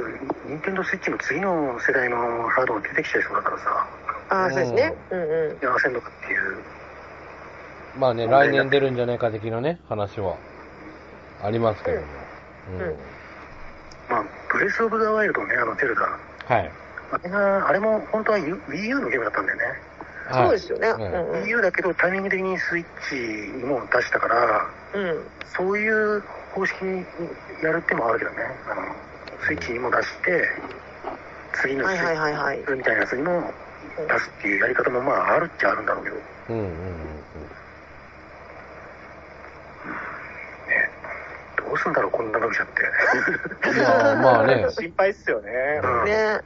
S4: 任天堂スイッチの次の世代のハードが出てきちゃいそうだからさ
S3: ああそうですねうんうん
S4: 合わせんのかっていう
S1: まあね、来年出るんじゃないか的なね、話はありますけども。うん。
S3: うん
S4: まあブレス・オブ・ザ・ワイルドねあのゼルダ
S1: はい。
S4: あれが、あれも本当は U- Wii U のゲームだったんだよね。
S1: はい
S3: そうですよね
S1: うん
S3: うんう
S4: Wii
S3: ん
S4: U だけどタイミング的にスイッチにも出したから、
S3: うん
S4: そういう方式にやる手もあるけどね。あの、スイッチにも出して、次のス
S3: はいは
S4: イ
S3: い
S4: ッ
S3: はいはい
S4: チみたいなやつにも出すっていうやり方もまああるっちゃあるんだろうけど。ね。
S1: うんうんうん
S4: どうすんだろう、こんなの来ちゃって。
S1: うん。まあまあね、
S2: 心配っすよね。
S4: うん
S3: ね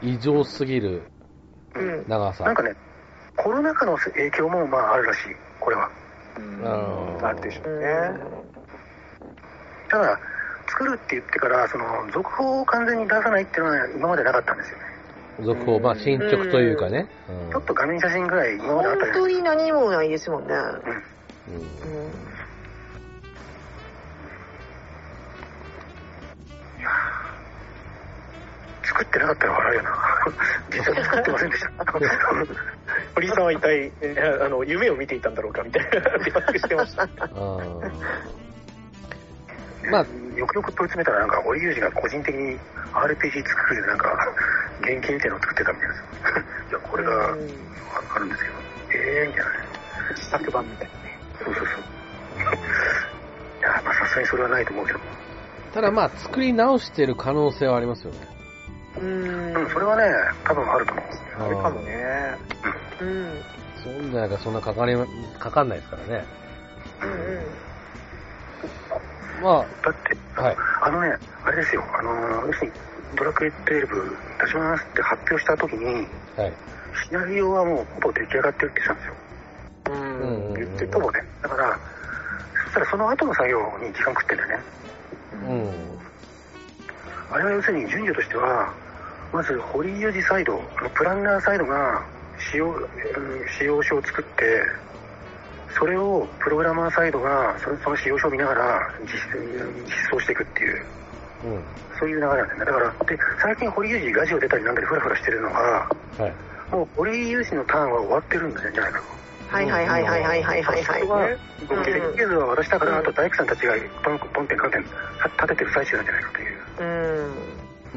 S1: 異常すぎる
S3: うん
S1: 長さ。
S4: なんかね、コロナ禍の影響もまああるらしい、これは。
S2: うん
S1: うん
S2: あるでしょ
S3: う
S2: うんね。
S4: ただ、作るって言ってから、その、続報を完全に出さないっていうのは今までなかったんですよね。
S1: 続報、まあ進捗というかね。うん
S4: ちょっと画面写真ぐらい今まであ
S3: 本
S4: ったじゃ
S3: 当
S4: ない
S3: に何もないですもんね
S1: うん
S3: うん
S4: 作ってなかったら笑うよな。実は作ってませんでした。
S2: 堀井さんは一体、 えーあの夢を見ていたんだろうかみたいな疑惑してました。
S1: まあ
S4: よくよく問い詰めたら、なんか、堀裕二が個人的に RPG 作る、なんか、原型みたいなのを作ってたみたいです。 いや、これが
S3: うん
S4: あるんですけど、ええー、みたいな。
S2: 自作版みたいなね。
S4: そうそうそう。 いや、まあ、さすがにそれはないと思うけど。
S1: ただまあ、作り直してる可能性はありますよね。
S3: うん
S4: うん、それはね、多分あると思う。
S2: あれかもね。
S3: うん
S1: そんながそんなかかり、かかんないですからね。
S3: うんうん
S1: ま
S4: だって、
S1: あ、はい。
S4: あのね、あれですよ、あのー要するに、ドラクエ12出しますって発表した時に、
S1: はい。
S4: シナリオはもうほぼ出来上がってるって言ってたんですよ。
S2: う
S1: うんうん
S2: ん。
S1: うん
S2: 言って
S1: う
S2: た
S4: ほ。ぼね。だから、そしたらその後の作業に時間食ってんだよね。
S1: うん。
S4: あれは要するに順序としては、まず堀井裕二サイド、あのプランナーサイドが使用、うん使用書を作って、それをプログラマーサイドがそのその使用書を見ながら実実装していくっていう、
S1: うん。
S4: そういう流れなんだよね。だから、で、最近堀井裕二ラジオ出たりなんだりフラフラしてるのが、
S1: はい。
S4: もう堀井裕二のターンは終わってるんだよね、じゃないかと。
S3: はいはいはいはいはいはいはいはい
S4: そこは、
S3: うん
S4: 設計図は私だから、
S3: うん
S4: あと大工さんたちがポンポンペンカンペン立ててる最中なんじゃないかという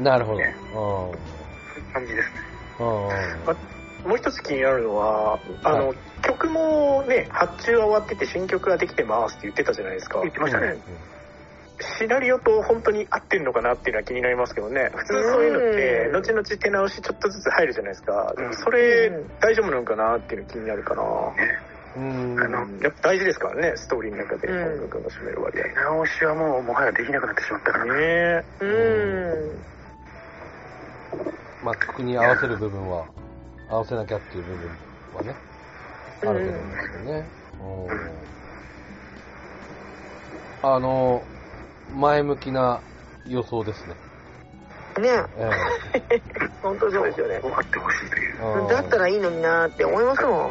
S3: うん
S1: なるほ
S4: ね
S1: ど。
S4: 感じですね。
S1: うん。うん。
S2: もう一つ気になるのは、あの、
S1: は
S2: 曲もね、発注は終わってて新曲ができてますって言ってたじゃないですか
S4: 言っ。てましたね。
S2: シナリオと本当に合ってるのかなっていうのは気になりますけどね。普通そういうのって、
S3: うん
S2: 後々手直しちょっとずつ入るじゃないですか。でもそうれ
S3: ん
S2: 大丈夫なのかなっていうの気になるかな。
S1: うん。
S4: あの
S2: やっぱ大事ですからね、ストーリーの中で
S3: うん
S2: 音楽が占める割合。ね
S4: 直しはもうもはやできなくなってしまったからね。
S2: え。
S3: うん
S1: まあ、曲に合わせる部分は、合わせなきゃっていう部分はね、あると思うんですけどね。うんあの、前向きな予想ですね。
S3: ね
S1: え
S3: 本当そうですよね
S4: 終わってほしいという。
S1: えうん
S3: だったらいいのになーって思いますもん
S1: うん
S3: う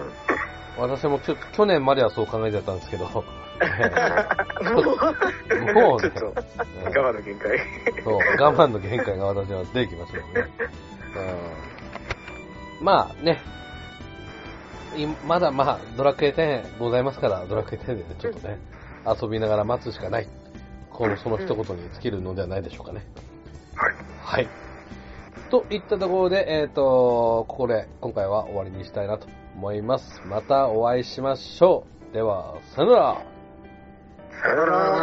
S3: ん
S1: 私もちょっと去年まではそう考えてたんで すけど、もう
S2: ちょ
S1: ね
S2: っ、と、
S1: うん
S2: 我慢の限界。
S1: そう我慢の限界が私は出てきましたよね。うんまあね、いまだまあ、ドラクエ10ございますから、ドラクエ10でねちょっとね、遊びながら待つしかない。このその一言に尽きるのではないでしょうかね。
S4: はい。
S1: はい。といったところで、えっ、と、ここで今回は終わりにしたいなと思います。またお会いしましょう。では、さよなら。
S4: さよなら。